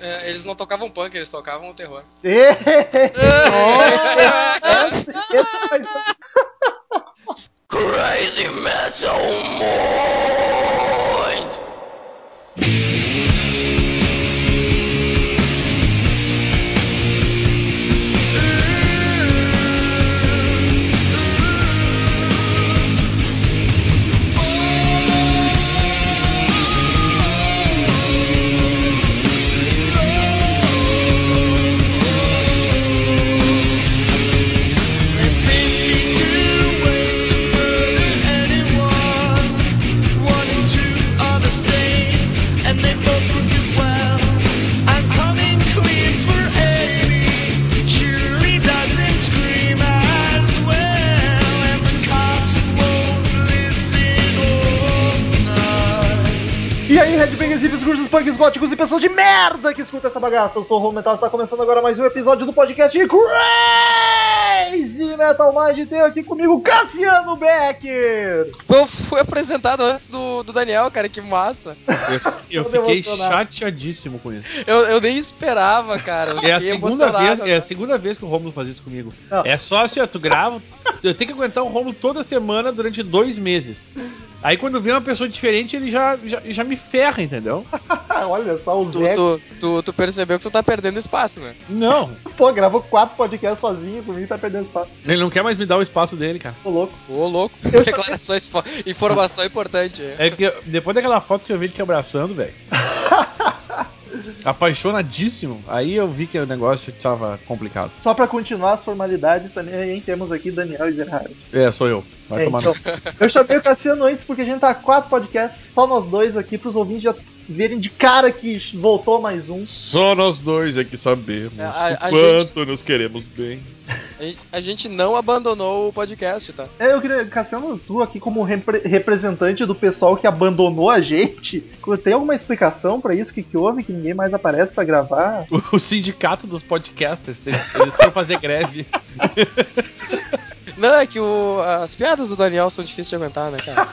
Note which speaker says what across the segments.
Speaker 1: É, eles não tocavam punk, eles tocavam o terror.
Speaker 2: Crazy Metal Mind!
Speaker 3: There's 52 ways to murder anyone. One and two are the same, and they both work as well. I'm coming clean for 80. Surely doesn't scream as well, and the cops won't listen all night.
Speaker 4: E aí, Redbangers, hippies, cursos, punks, góticos e pessoas de merda que escuta essa bagaça. Eu sou o Rô Metal, está começando agora mais um episódio do podcast de Crazy Metal Mind. E Tem aqui comigo Cassiano Becker.
Speaker 1: Eu fui apresentado antes do, do Daniel, cara, que massa.
Speaker 5: Eu, eu
Speaker 4: Todo
Speaker 5: fiquei
Speaker 4: emocionado.
Speaker 5: chateadíssimo com isso.
Speaker 1: Eu, eu nem esperava, cara. Eu
Speaker 5: É a
Speaker 1: fiquei
Speaker 5: segunda vez,
Speaker 1: emocionado, né?
Speaker 5: é a
Speaker 1: cara.
Speaker 5: segunda vez que o Romulo faz isso comigo.
Speaker 4: Não.
Speaker 5: É só assim, ó, tu grava, eu tenho que aguentar o Romulo toda semana durante dois meses. Aí quando vem uma pessoa diferente, ele já, já, já me ferra, entendeu?
Speaker 4: Ah, olha só, o
Speaker 1: Tu,
Speaker 4: Zé,
Speaker 1: tu, tu, tu percebeu que tu tá perdendo espaço, né?
Speaker 5: Não,
Speaker 4: pô, gravou quatro podcasts sozinho comigo e tá perdendo espaço.
Speaker 5: ele não quer mais me dar o espaço dele, cara.
Speaker 4: Tô louco.
Speaker 1: Ô, louco.
Speaker 4: Eu só-
Speaker 1: Declarações, fo- informação importante. é.
Speaker 5: É porque depois daquela foto que eu vi ele te abraçando, velho. Apaixonadíssimo. Aí eu vi que o negócio tava complicado.
Speaker 4: Só pra continuar as formalidades também, hein, temos aqui Daniel Ezerhard.
Speaker 5: É, sou eu. Vai
Speaker 4: É,
Speaker 5: tomar
Speaker 4: então,
Speaker 5: no...
Speaker 4: eu chamei o Cassiano antes porque a gente tá quatro podcasts, só nós dois aqui, pros ouvintes já verem de cara que voltou mais um.
Speaker 5: Só nós dois é que sabemos
Speaker 1: É, a- a o gente-
Speaker 5: nos queremos bem.
Speaker 1: A gente- A gente não abandonou o podcast, tá?
Speaker 4: É, eu queria, Cassiano, tu aqui como repre- representante do pessoal que abandonou a gente, tem alguma explicação pra isso? O que, que houve? Que ninguém mais aparece pra gravar?
Speaker 5: O, o sindicato dos podcasters, eles, eles foram fazer greve.
Speaker 1: Não, é que o- as piadas do Daniel são difíceis de aguentar, né, cara?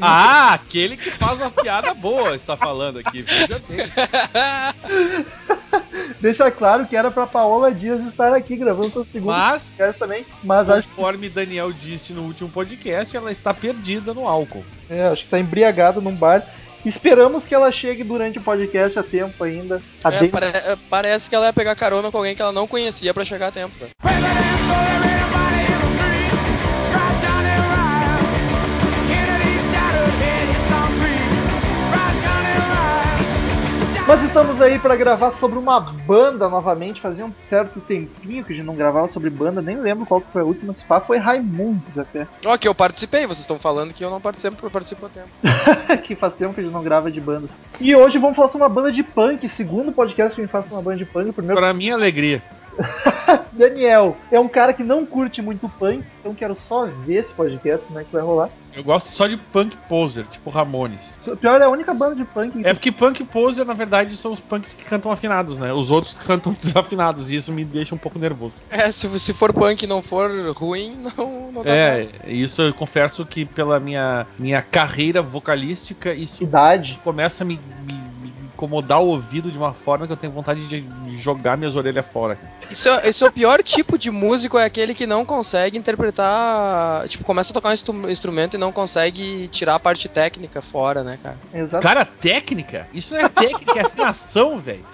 Speaker 5: Ah, aquele que faz uma piada boa está falando aqui. Veja bem.
Speaker 4: Deixa claro que era pra Paola Dias estar aqui gravando seu segundo
Speaker 5: Mas,
Speaker 4: podcast também, mas acho,
Speaker 5: conforme Daniel disse no último podcast, ela está perdida no álcool.
Speaker 4: é, acho que tá embriagada num bar. Esperamos que ela chegue durante o podcast a tempo ainda. A
Speaker 1: É,
Speaker 4: tempo.
Speaker 1: pare- é, parece que ela ia pegar carona com alguém que ela não conhecia pra chegar a tempo, né? cara.
Speaker 4: Mas estamos aí pra gravar sobre uma banda novamente. Fazia um certo tempinho que a gente não gravava sobre banda, nem lembro qual que foi a última. Se pá, foi Raimundos até.
Speaker 1: Ó, que eu participei, vocês estão falando que eu não participo porque eu participo a tempo.
Speaker 4: que faz tempo que a gente não grava de banda. E hoje vamos falar sobre uma banda de punk, segundo podcast que a gente faz sobre uma banda de punk. O primeiro,
Speaker 5: Para minha alegria.
Speaker 4: Daniel, é um cara que não curte muito punk, então quero só ver esse podcast, como é que vai rolar.
Speaker 5: Eu gosto só de punk poser, tipo Ramones.
Speaker 4: O Pior é a única banda de punk que
Speaker 5: É porque punk poser, na verdade, são os punks que cantam afinados, né? Os outros cantam desafinados, e isso me deixa um pouco nervoso.
Speaker 1: É, se, se for punk e não for ruim, não, não dá certo.
Speaker 5: É, isso eu confesso que pela minha, minha carreira vocalística, isso
Speaker 4: idade.
Speaker 5: começa a me, me- me incomodar o ouvido de uma forma que eu tenho vontade de jogar minhas orelhas fora.
Speaker 1: Isso é, esse é o pior tipo de músico, é aquele que não consegue interpretar. Tipo, começa a tocar um instru- instrumento e não consegue tirar a parte técnica fora, né, cara?
Speaker 4: Exato.
Speaker 5: Cara, técnica? Isso não é técnica, é afinação, velho.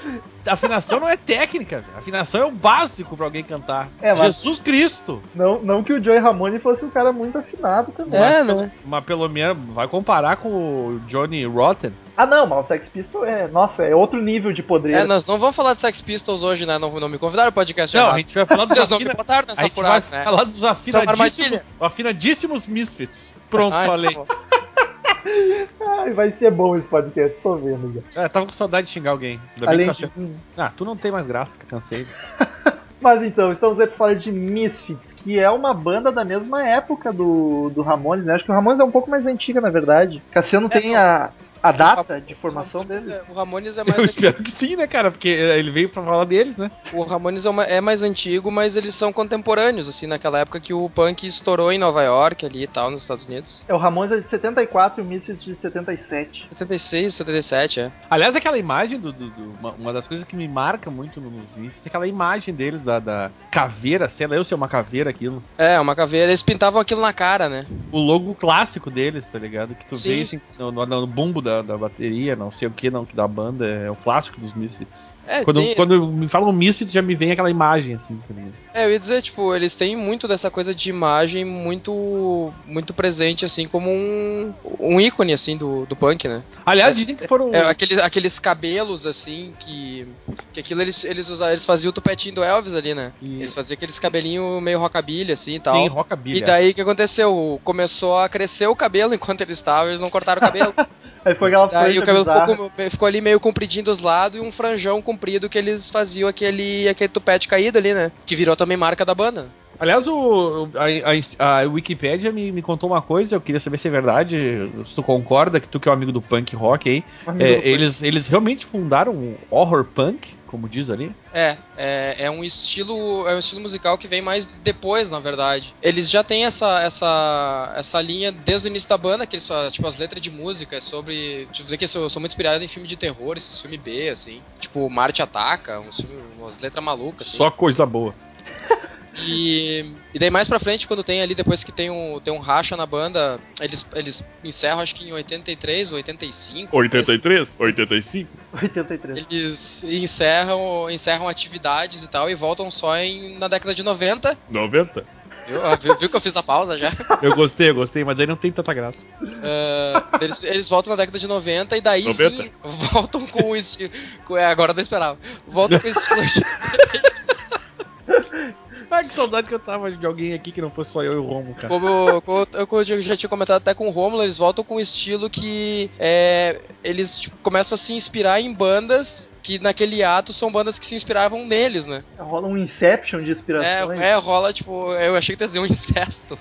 Speaker 5: Afinação não é técnica, velho. Afinação é o básico pra alguém cantar.
Speaker 4: É, mas-
Speaker 5: Jesus Cristo!
Speaker 4: Não, não que o Joey Ramone fosse um cara muito afinado também.
Speaker 1: É, né?
Speaker 5: Mas pelo menos vai comparar com o Johnny Rotten.
Speaker 4: Ah não, mas o Sex Pistol é. Nossa, é outro nível de
Speaker 1: É,
Speaker 4: podreira.
Speaker 1: nós não vamos falar de Sex Pistols hoje, né? Não, não me convidaram pro podcast
Speaker 5: Não,
Speaker 1: errado.
Speaker 5: a gente vai falar dos
Speaker 1: Vocês não me
Speaker 5: afina...
Speaker 1: botaram
Speaker 5: A
Speaker 1: nessa
Speaker 5: gente vai
Speaker 1: furada, né?
Speaker 5: falar dos afinadíssimos,
Speaker 1: armadilhas.
Speaker 5: afinadíssimos Misfits. Pronto,
Speaker 1: Ai,
Speaker 5: falei.
Speaker 1: tá bom.
Speaker 4: Ai, vai ser bom esse podcast, tô vendo já.
Speaker 5: Ah, tava com saudade de xingar alguém. Ainda bem que
Speaker 4: Além
Speaker 5: tá
Speaker 4: de...
Speaker 5: achando- Ah, tu não tem mais graça, que eu cansei.
Speaker 4: Mas então, estamos aí pra falar de Misfits, que é uma banda da mesma época do, do Ramones, né? Acho que o Ramones é um pouco mais antiga, na verdade. Cassiano tem a, A data de formação deles?
Speaker 1: O Ramones é
Speaker 5: Eu
Speaker 1: mais antigo.
Speaker 5: espero que sim, né, cara? Porque ele veio pra falar deles, né?
Speaker 1: O Ramones é, uma- é mais antigo, mas eles são contemporâneos, assim, naquela época que o punk estourou em Nova York ali e tal, nos Estados Unidos.
Speaker 4: É o Ramones é de 74 e o Misfits de 77.
Speaker 1: 76, 77, é.
Speaker 5: Aliás, aquela imagem do. do- do- uma, uma das coisas que me marca muito nos Misfits é aquela imagem deles da, da caveira, sei lá eu se é uma caveira aquilo.
Speaker 1: É, uma caveira. Eles pintavam aquilo na cara, né?
Speaker 5: O logo clássico deles, tá ligado? Que tu
Speaker 1: Sim.
Speaker 5: vê assim, no, no- no bumbo da, da bateria, não sei o que, não, que da banda, é o clássico dos Misfits.
Speaker 1: É,
Speaker 5: Quando,
Speaker 1: tem-
Speaker 5: quando me falam Misfits, já me vem aquela imagem, assim, tá ligado?
Speaker 1: É, eu ia dizer, tipo, eles têm muito dessa coisa de imagem muito muito presente, assim, como um, um ícone, assim, do, do punk, né?
Speaker 5: Aliás, dizem que foram.
Speaker 1: É, aqueles, aqueles cabelos, assim, que. Que aquilo eles, eles usavam, eles faziam o tupetinho do Elvis ali, né?
Speaker 5: E-
Speaker 1: Eles faziam aqueles cabelinho meio rockabilly, assim e tal.
Speaker 5: Sim, rockabilly. é.
Speaker 1: E daí o que aconteceu? Começou a crescer o cabelo enquanto ele estava, eles não cortaram o cabelo.
Speaker 4: Aí ficou aquela
Speaker 5: Tá
Speaker 1: daí
Speaker 4: franja
Speaker 1: o cabelo
Speaker 4: bizarra.
Speaker 1: ficou, com- ficou ali meio compridinho dos lados e um franjão comprido que eles faziam aquele, aquele tupete caído ali, né? Que virou também marca da banda.
Speaker 5: Aliás, o, a, a- a Wikipédia me, me contou uma coisa, eu queria saber se é verdade, se tu concorda, que tu que é um amigo do punk rock aí,
Speaker 4: Um amigo
Speaker 5: é,
Speaker 4: do-
Speaker 5: eles, eles realmente fundaram um horror punk, como diz ali.
Speaker 1: É, é, é um estilo, é um estilo musical que vem mais depois, na verdade. Eles já têm essa, essa, essa linha desde o início da banda, que eles fa- tipo as letras de música é sobre, tipo dizer que eu sou, eu sou muito inspirado em filme de terror, esses filme B assim, tipo Marte ataca, uns filme, umas letras malucas assim.
Speaker 5: Só coisa boa.
Speaker 1: E, e daí mais pra frente, quando tem ali, depois que tem um, tem um racha na banda, eles, eles encerram acho que em 83 ou 85. talvez.
Speaker 5: 83? 85?
Speaker 4: 83.
Speaker 1: Eles encerram, encerram atividades e tal e voltam só em, na década de 90.
Speaker 5: 90?
Speaker 1: Viu, Ó, viu- viu que eu fiz a pausa já?
Speaker 5: Eu gostei, eu gostei, mas aí não tem tanta graça.
Speaker 1: Ah, eles, eles voltam na década de 90 e daí sim
Speaker 5: 90?
Speaker 1: voltam com o estilo. com- é, agora eu não esperava. Voltam com o estilo. de-
Speaker 5: Ah, que saudade que eu tava de alguém aqui que não fosse só eu e o Romo, cara.
Speaker 1: Como, eu- como eu- como eu já tinha comentado até com o Romulo, eles voltam com um estilo que é, eles tipo, começam a se inspirar em bandas que naquele ato são bandas que se inspiravam neles, né?
Speaker 4: Rola um Inception de
Speaker 1: É,
Speaker 4: inspirações.
Speaker 1: é, rola, tipo, eu achei que ia dizer um incesto.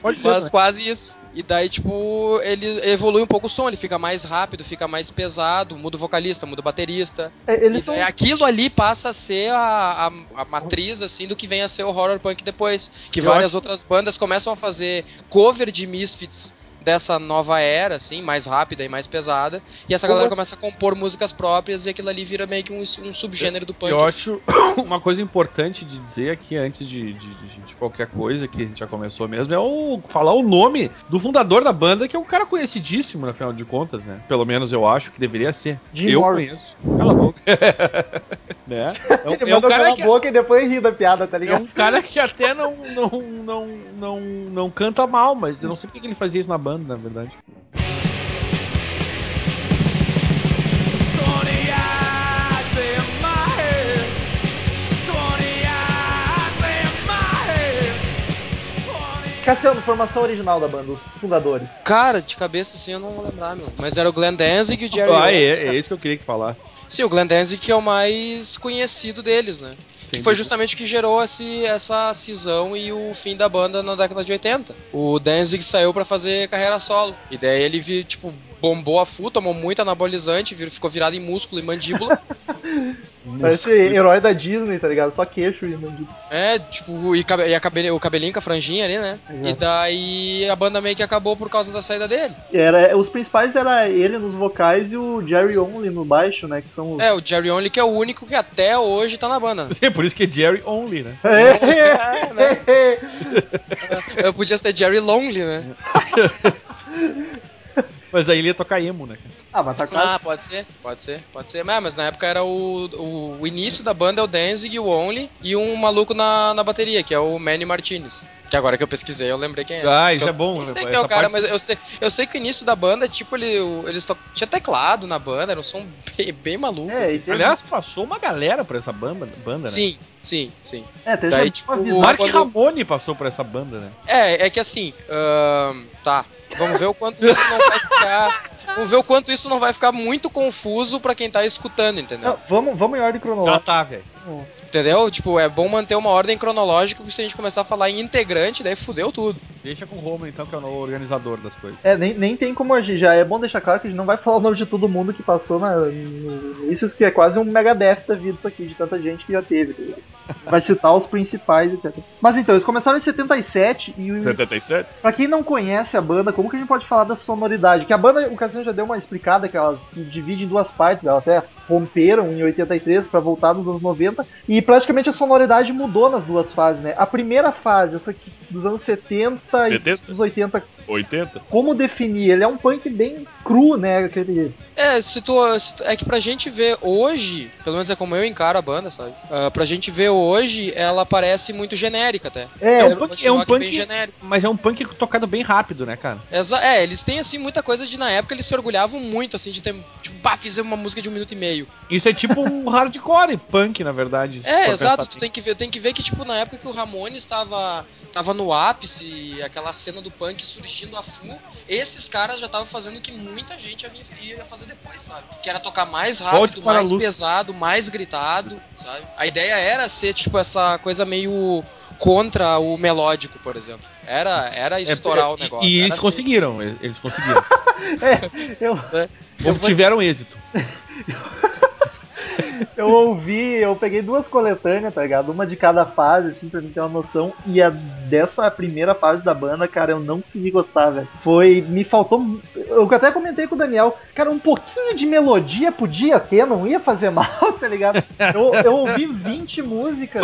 Speaker 5: Pode né?
Speaker 1: Mas quase isso. E daí, tipo, ele evolui um pouco o som, ele fica mais rápido, fica mais pesado, muda o vocalista, muda o baterista.
Speaker 4: É,
Speaker 1: E
Speaker 4: eles são
Speaker 1: daí aquilo ali passa a ser a, a- a matriz, assim, do que vem a ser o horror punk depois. Que
Speaker 5: Eu
Speaker 1: várias
Speaker 5: acho-
Speaker 1: outras bandas começam a fazer cover de Misfits dessa nova era, assim, mais rápida e mais pesada. E essa galera
Speaker 5: Como-
Speaker 1: começa a compor músicas próprias e aquilo ali vira meio que um, um subgênero do punk.
Speaker 5: Eu
Speaker 1: assim.
Speaker 5: acho uma coisa importante de dizer aqui antes de, de- de- de qualquer coisa que a gente já começou mesmo é o falar o nome do fundador da banda, que é um cara conhecidíssimo, na final de contas, né? Pelo menos eu acho que deveria ser.
Speaker 4: Jim
Speaker 5: eu
Speaker 4: Morrison.
Speaker 5: conheço. Cala a boca. né? É, um-
Speaker 4: Ele
Speaker 5: é um
Speaker 4: manda
Speaker 5: cara
Speaker 4: pela
Speaker 5: que,
Speaker 4: boca e depois ri da piada, tá
Speaker 5: é
Speaker 4: ligado?
Speaker 5: um cara que até não, não, não, não, não canta mal, mas eu não sei porque que ele fazia isso na banda, na verdade. um-
Speaker 4: Cassiano, formação original da banda, os fundadores.
Speaker 1: Cara, de cabeça assim eu não vou lembrar, meu. Mas era o Glenn Danzig e o Jerry
Speaker 5: Ah,
Speaker 1: Orr.
Speaker 5: é,
Speaker 4: né?
Speaker 5: é isso que eu queria que falasse.
Speaker 1: Sim, o Glenn Danzig que é o mais conhecido deles, né? que
Speaker 5: Sem
Speaker 1: foi
Speaker 5: dúvida.
Speaker 1: justamente o que gerou esse- essa cisão e o fim da banda na década de 80. O Danzig saiu pra fazer carreira solo. E daí ele, vi- tipo, bombou a full, tomou muito anabolizante, vir- ficou virado em músculo e mandíbula.
Speaker 4: Parece herói da Disney, tá ligado? Só queixo e mandíbula.
Speaker 1: é, tipo, e, cabe- e a cabe- o cabelinho com a franjinha ali, né? E
Speaker 4: Exato.
Speaker 1: daí a banda meio que acabou por causa da saída dele.
Speaker 4: Era, os principais era ele nos vocais e o Jerry Only no baixo, né? Que são os.
Speaker 1: É, o Jerry Only que é o único que até hoje tá na banda.
Speaker 5: É por isso que é Jerry Only, né?
Speaker 1: é,
Speaker 4: é,
Speaker 1: né? Eu podia ser Jerry Lonely, né?
Speaker 5: Mas aí ele ia tocar emo, né?
Speaker 4: ah, mas tá quase.
Speaker 1: Ah, pode ser, pode ser, pode ser. Mas, mas na época era o, o, o início da banda é o Danzig, o Only e um maluco na, na bateria, que é o Manny Martinez. Que agora que eu pesquisei, eu lembrei quem é.
Speaker 5: Ah,
Speaker 1: Que
Speaker 5: isso
Speaker 1: eu
Speaker 5: é bom.
Speaker 1: Não
Speaker 5: né?
Speaker 1: sei quem é
Speaker 5: Essa
Speaker 1: o cara,
Speaker 5: parte-
Speaker 1: mas eu sei, eu sei que o início da banda, tipo, ele, o- eles to... tinha teclado na banda, era um som bem, bem maluco.
Speaker 4: É,
Speaker 1: assim.
Speaker 4: e teve,
Speaker 5: Aliás, passou uma galera por essa banda, banda né?
Speaker 1: Sim, sim, sim.
Speaker 4: é, teve
Speaker 1: daí,
Speaker 4: uma
Speaker 1: tipo,
Speaker 5: O
Speaker 4: visão.
Speaker 5: Mark
Speaker 1: Quando-
Speaker 5: Ramone passou por essa banda, né?
Speaker 1: É, é que assim, ahn, tá. Vamos ver o quanto isso não vai ficar. Vamos ver o quanto isso não vai ficar muito confuso pra quem tá escutando, entendeu?
Speaker 4: Não, vamos, vamos em ordem
Speaker 5: Já
Speaker 4: cronológica.
Speaker 5: tá, velho.
Speaker 1: Entendeu? Tipo, é bom manter uma ordem cronológica, porque se a gente começar a falar em integrante, daí fudeu tudo.
Speaker 5: Deixa com o Romulo, então, que é o organizador das coisas.
Speaker 4: É, nem, nem tem como agir. Já é bom deixar claro que a gente não vai falar o nome de todo mundo que passou na, no, isso que é quase um megadeth da vida isso aqui, de tanta gente que já teve. tá ligado? Vai citar os principais, etc. Mas então, eles começaram em 77 e o
Speaker 2: 77?
Speaker 4: Pra quem não conhece a banda, como que a gente pode falar da sonoridade? Que a banda, o Cassino já deu uma explicada que ela se divide em duas partes, ela até romperam em 83 pra voltar nos anos 90 e praticamente a sonoridade mudou nas duas fases, né? A primeira fase, essa aqui, dos anos 70 e
Speaker 2: 70?
Speaker 4: dos 80,
Speaker 2: 80?
Speaker 4: como definir? Ele é um punk bem cru, né? Aquele
Speaker 1: É, se tu, se tu- é que pra gente ver hoje, pelo menos é como eu encaro a banda, sabe? Ah, pra gente ver hoje, ela parece muito genérica até.
Speaker 4: é,
Speaker 5: É
Speaker 1: um
Speaker 5: um punk, é um
Speaker 1: rock bem
Speaker 5: punk
Speaker 1: genérico.
Speaker 5: mas é um punk tocado bem rápido, né, cara?
Speaker 1: Exa- é, eles têm assim muita coisa de na época eles se orgulhavam muito assim de ter, tipo, bah, fizemos uma música de um minuto e meio.
Speaker 5: Isso é tipo um hardcore punk, na verdade. se for
Speaker 1: É,
Speaker 5: pensar
Speaker 1: exato,
Speaker 5: assim.
Speaker 1: tu tem que ver, tem que ver que tipo na época que o Ramones tava, tava no ápice, aquela cena do punk surgindo a full, esses caras já estavam fazendo o que muita gente ia, vir- ia fazer depois, sabe? Que era tocar mais
Speaker 5: Volte
Speaker 1: rápido,
Speaker 5: para a
Speaker 1: mais
Speaker 5: luta.
Speaker 1: pesado, mais gritado, sabe? A ideia era ser tipo essa coisa meio contra o melódico, por exemplo. Era era
Speaker 5: É,
Speaker 1: estourar
Speaker 5: é,
Speaker 1: o
Speaker 5: e-
Speaker 1: negócio.
Speaker 5: E
Speaker 1: era assim.
Speaker 5: eles
Speaker 1: ser-
Speaker 5: conseguiram, e- eles conseguiram.
Speaker 4: eu,
Speaker 5: Obtiveram êxito.
Speaker 4: Eu ouvi, eu peguei duas coletâneas, tá ligado? Uma de cada fase, assim, pra mim ter uma noção. E a dessa primeira fase da banda, cara, eu não consegui gostar, velho. Foi. Me faltou. mu- Eu até comentei com o Daniel, cara, um pouquinho de melodia podia ter, não ia fazer mal, tá ligado? Eu, eu ouvi 20 músicas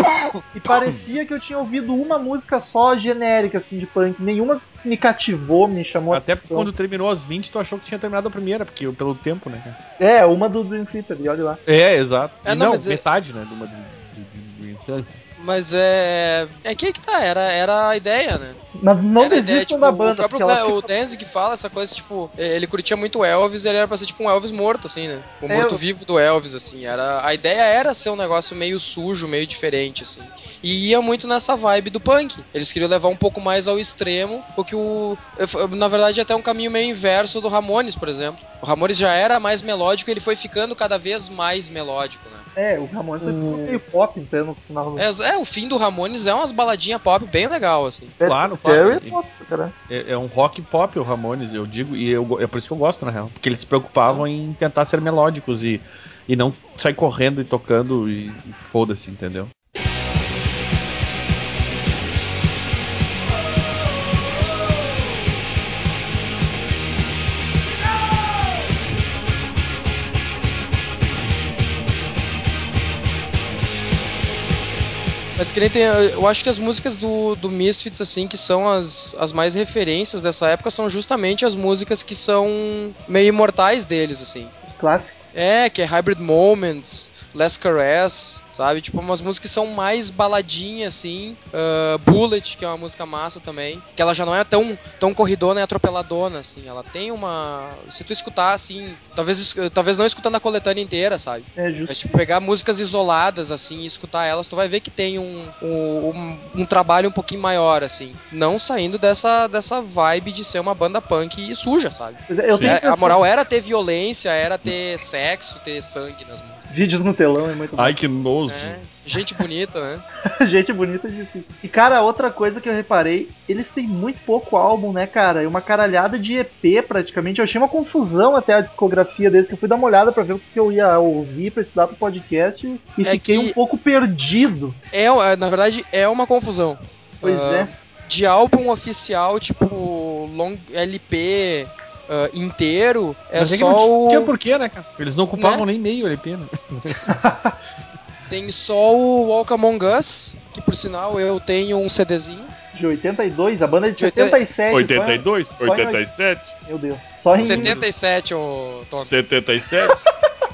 Speaker 4: e parecia que eu tinha ouvido uma música só genérica, assim, de punk. Nenhuma me cativou, me chamou a
Speaker 5: Até porque
Speaker 4: atenção.
Speaker 5: quando terminou as 20, tu achou que tinha terminado a primeira, porque pelo tempo, né? cara?
Speaker 4: É, uma do Dream Theater, e olha lá.
Speaker 5: É, exato.
Speaker 1: É,
Speaker 5: E
Speaker 1: não,
Speaker 5: não,
Speaker 1: mas é-
Speaker 5: metade, né? De uma de- de- de- de-
Speaker 1: Mas é. É que aí que tá, era, era a ideia, né?
Speaker 4: Mas não
Speaker 1: era a
Speaker 4: desistam
Speaker 1: ideia, tipo,
Speaker 4: da
Speaker 1: o
Speaker 4: banda,
Speaker 1: próprio
Speaker 4: porque ela
Speaker 1: Gle- o Danzig que fala essa coisa, tipo, é, ele curtia muito o Elvis, ele era pra ser tipo um Elvis morto, assim, né? O
Speaker 4: É,
Speaker 1: morto-vivo do Elvis, assim. Era, a ideia era ser um negócio meio sujo, meio diferente, assim. E ia muito nessa vibe do punk. Eles queriam levar um pouco mais ao extremo, o que o. eu f- Na verdade, até um caminho meio inverso do Ramones, por exemplo. O Ramones já era mais melódico, ele foi ficando cada vez mais melódico, né?
Speaker 4: É, o Ramones foi
Speaker 1: O-
Speaker 4: meio pop, então, no final do...
Speaker 1: É, é, o fim do Ramones é umas baladinhas pop bem legal, assim.
Speaker 5: de- Claro,
Speaker 4: Perry
Speaker 5: claro.
Speaker 4: é pop, cara.
Speaker 5: É, é um rock pop o Ramones, eu digo, e eu, go- é por isso que eu gosto, na real. Porque eles se preocupavam em tentar ser melódicos e, e não sair correndo e tocando e, e foda-se, entendeu?
Speaker 1: Mas que nem tem, eu acho que as músicas do, do Misfits, assim, que são as, as mais referências dessa época, são justamente as músicas que são meio imortais deles, assim.
Speaker 4: Os clássicos.
Speaker 1: É, que é Hybrid Moments, Last Caress, sabe? Tipo, umas músicas que são mais baladinha, assim. Ah, Bullet, que é uma música massa também. Que ela já não é tão, tão corridona e atropeladona, assim. Ela tem uma... Se tu escutar, assim... Talvez, es- talvez não escutando a coletânea inteira, sabe?
Speaker 4: É justo.
Speaker 1: Mas, tipo, pegar músicas isoladas, assim, e escutar elas, tu vai ver que tem um, um, um- um trabalho um pouquinho maior, assim. Não saindo dessa, dessa vibe de ser uma banda punk e suja, sabe?
Speaker 4: Eu tenho
Speaker 1: É, a
Speaker 4: impressão-
Speaker 1: moral era ter violência, era ter sexo, ter sangue nas músicas.
Speaker 4: Vídeos no telão é muito bom.
Speaker 5: Ai, que nojo.
Speaker 1: né? Gente bonita, né?
Speaker 4: Gente bonita é difícil. E, cara, outra coisa que eu reparei, eles têm muito pouco álbum, né, cara? E uma caralhada de EP, praticamente. Eu achei uma confusão até a discografia deles, que eu fui dar uma olhada pra ver o que eu ia ouvir pra estudar pro podcast. E
Speaker 1: É
Speaker 4: fiquei
Speaker 1: que-
Speaker 4: um pouco perdido.
Speaker 1: É, é, na verdade, é uma confusão.
Speaker 4: Pois
Speaker 1: Ah,
Speaker 4: é.
Speaker 1: De álbum oficial, tipo, long LP ah, inteiro, é
Speaker 5: Mas que
Speaker 1: só
Speaker 5: não
Speaker 1: o...
Speaker 5: tinha porquê, né, cara? Eles não culpavam nem meio LP, né?
Speaker 1: Tem só o Walk Among Us, que por sinal eu tenho um CDzinho.
Speaker 4: De 82, a banda é de
Speaker 1: De 80-
Speaker 4: 77. só em-
Speaker 2: 82?
Speaker 4: só em-
Speaker 2: 87?
Speaker 4: Meu Deus. Só em
Speaker 1: 77, ô Tony.
Speaker 2: 77?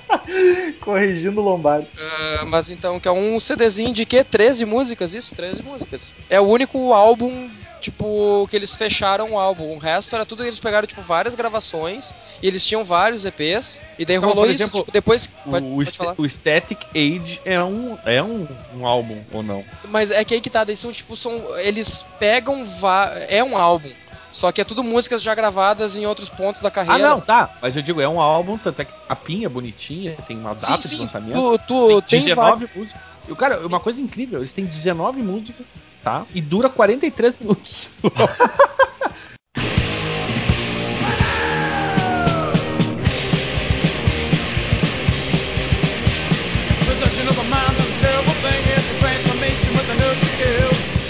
Speaker 4: corrigindo o Lombardi.
Speaker 1: Ah, mas então, que é um CDzinho de quê? 13 músicas? Isso, 13 músicas. É o único álbum, tipo, que eles fecharam o álbum. O resto era tudo, eles pegaram, tipo, várias gravações, e eles tinham vários EPs, e daí
Speaker 5: Então,
Speaker 1: rolou
Speaker 5: por
Speaker 1: isso,
Speaker 5: exemplo,
Speaker 1: tipo, depois... Pode,
Speaker 5: O,
Speaker 1: pode
Speaker 5: Sta-
Speaker 1: falar.
Speaker 5: o Static Age é um, é um, um álbum, ou não?
Speaker 1: Mas é que aí que tá, daí são, tipo, são... Eles pegam... va- É um álbum. Só que é tudo músicas já gravadas em outros pontos da
Speaker 5: Ah,
Speaker 1: carreira.
Speaker 5: não, tá. Mas eu digo, é um álbum, tanto é que a pinha é bonitinha, tem uma
Speaker 1: Sim,
Speaker 5: data de
Speaker 1: sim.
Speaker 5: lançamento.
Speaker 1: Tu, tu tem
Speaker 5: Tem
Speaker 1: vários.
Speaker 5: 19 músicas. E o cara, é uma coisa incrível, eles têm 19 músicas, tá? E dura 43 minutos.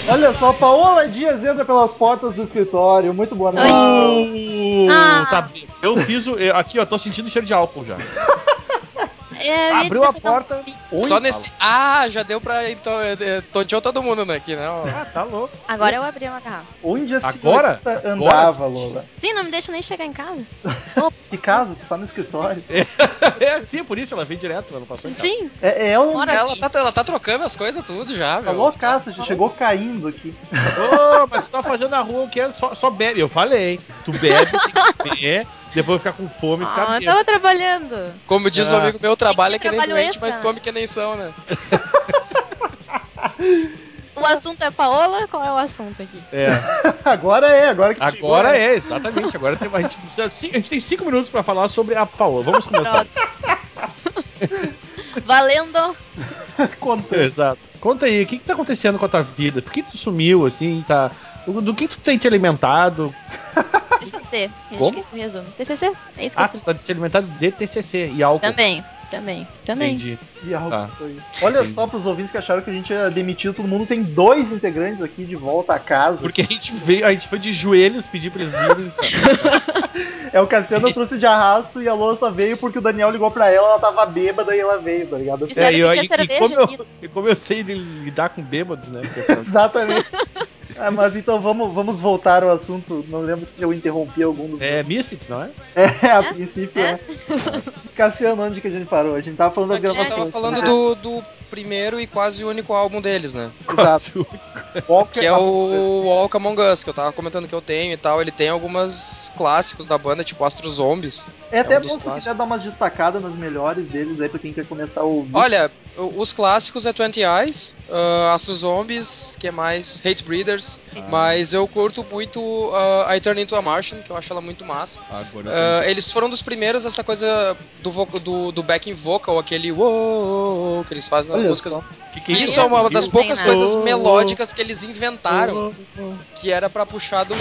Speaker 4: Olha só, Paola Dias entra pelas portas do escritório. Muito boa né, noite.
Speaker 5: Uh,
Speaker 6: Ah.
Speaker 5: tá bem. eu fiz o. eu- aqui, ó, tô sentindo cheiro de álcool já.
Speaker 6: É, eu ia
Speaker 5: Abriu a
Speaker 6: dizer,
Speaker 5: porta. oi,
Speaker 1: Só
Speaker 5: fala.
Speaker 1: nesse. Ah, já deu pra. Então, é, é, tonteou todo mundo, né? Aqui, né? ó.
Speaker 5: Ah, tá louco.
Speaker 6: Agora eu abri uma garrafa.
Speaker 4: Onde a
Speaker 5: Agora?
Speaker 4: senhorita andava,
Speaker 5: Agora?
Speaker 4: Lola?
Speaker 6: Sim, não me deixa nem chegar em casa.
Speaker 4: Que casa? Tu tá no escritório.
Speaker 5: É, sim, por isso ela veio direto, ela não passou em casa.
Speaker 6: Sim.
Speaker 4: É, é ela um-
Speaker 6: Bora.
Speaker 1: Ela tá, ela tá trocando as coisas tudo já,
Speaker 4: Tá
Speaker 1: meu.
Speaker 4: loucaça, já chegou caindo aqui.
Speaker 5: Ô, mas tu tá fazendo na rua o que é? Só, só bebe. Eu falei. Tu bebe, tem que beber, depois ficar com fome e ficar
Speaker 6: Ah, eu
Speaker 5: bêbado.
Speaker 6: tava trabalhando.
Speaker 1: Como diz
Speaker 5: Ah.
Speaker 1: um amigo meu, trabalha
Speaker 6: que
Speaker 1: que nem
Speaker 6: trabalho
Speaker 1: doente,
Speaker 6: extra.
Speaker 1: mas come que nem são, né?
Speaker 6: O assunto é Paola? Qual é o assunto aqui?
Speaker 5: É,
Speaker 4: Agora é, agora que
Speaker 5: agora é, exatamente. Agora tem, a, gente precisa, ci- a gente tem cinco minutos pra falar sobre a Paola. Vamos começar.
Speaker 6: Valendo!
Speaker 5: é. Tá.
Speaker 4: Conta.
Speaker 5: Exato. Conta aí, o que, que tá acontecendo com a tua vida? Por que tu sumiu, assim, tá? Do, do que tu tem te alimentado?
Speaker 6: TCC. Acho
Speaker 5: Como?
Speaker 6: que isso me resume. TCC? É isso que
Speaker 5: Ah,
Speaker 6: eu
Speaker 5: tu
Speaker 6: sou.
Speaker 5: tá te alimentado de TCC e álcool.
Speaker 6: Também, também, também.
Speaker 5: Entendi.
Speaker 4: E algo
Speaker 5: Tá.
Speaker 4: isso aí. Olha
Speaker 5: Entendi.
Speaker 4: só pros ouvintes que acharam que a gente ia demitir todo mundo. Tem dois integrantes aqui de volta a casa.
Speaker 5: Porque a gente veio, a gente foi de joelhos pedir pra eles virem.
Speaker 4: É o Cassiano trouxe de arrasto e a Lola só veio porque o Daniel ligou pra ela, ela tava bêbada e ela veio, tá ligado?
Speaker 6: Isso é, era
Speaker 5: É, e, eu-
Speaker 6: pedir
Speaker 5: e- e
Speaker 6: cerveja
Speaker 5: como
Speaker 6: aqui.
Speaker 5: eu, e como eu sei de lidar com bêbados, né? porque eu-
Speaker 4: Exatamente. Ah, mas então vamos, vamos voltar ao assunto. Não lembro se eu interrompi algum dos.
Speaker 5: É Misfits, não é?
Speaker 4: É, a princípio,
Speaker 6: É?
Speaker 4: é. Cassiano, onde que a gente parou? A gente tava falando das
Speaker 1: Aqui a gente tava
Speaker 4: gravações.
Speaker 1: falando
Speaker 4: né?
Speaker 1: do, do primeiro e quase único álbum deles, né?
Speaker 4: Exato. Walker-
Speaker 5: tá
Speaker 1: Que é o Walk Among Us, que eu tava comentando que eu tenho e tal. Ele tem alguns clássicos da banda, tipo Astro Zombies.
Speaker 4: É até
Speaker 1: é um
Speaker 4: bom
Speaker 1: dos
Speaker 4: se tu quiser
Speaker 1: clássicos.
Speaker 4: dar umas destacadas nas melhores deles aí pra quem quer começar a ouvir.
Speaker 1: Olha, o- os clássicos é 20 Eyes, ah, Astro Zombies, que é mais? Hate Breeders. Mas eu curto muito ah, I Turn Into a Martian, que eu acho ela muito massa.
Speaker 5: Agora
Speaker 1: Ah, eles foram dos primeiros essa coisa do, voc- do, do backing vocal, aquele uou, que eles fazem nas
Speaker 4: Olha
Speaker 1: músicas.
Speaker 5: que que
Speaker 1: Isso é uma
Speaker 6: Viu?
Speaker 1: das poucas
Speaker 6: Tem nada.
Speaker 1: coisas melódicas que eles inventaram, que era pra puxar do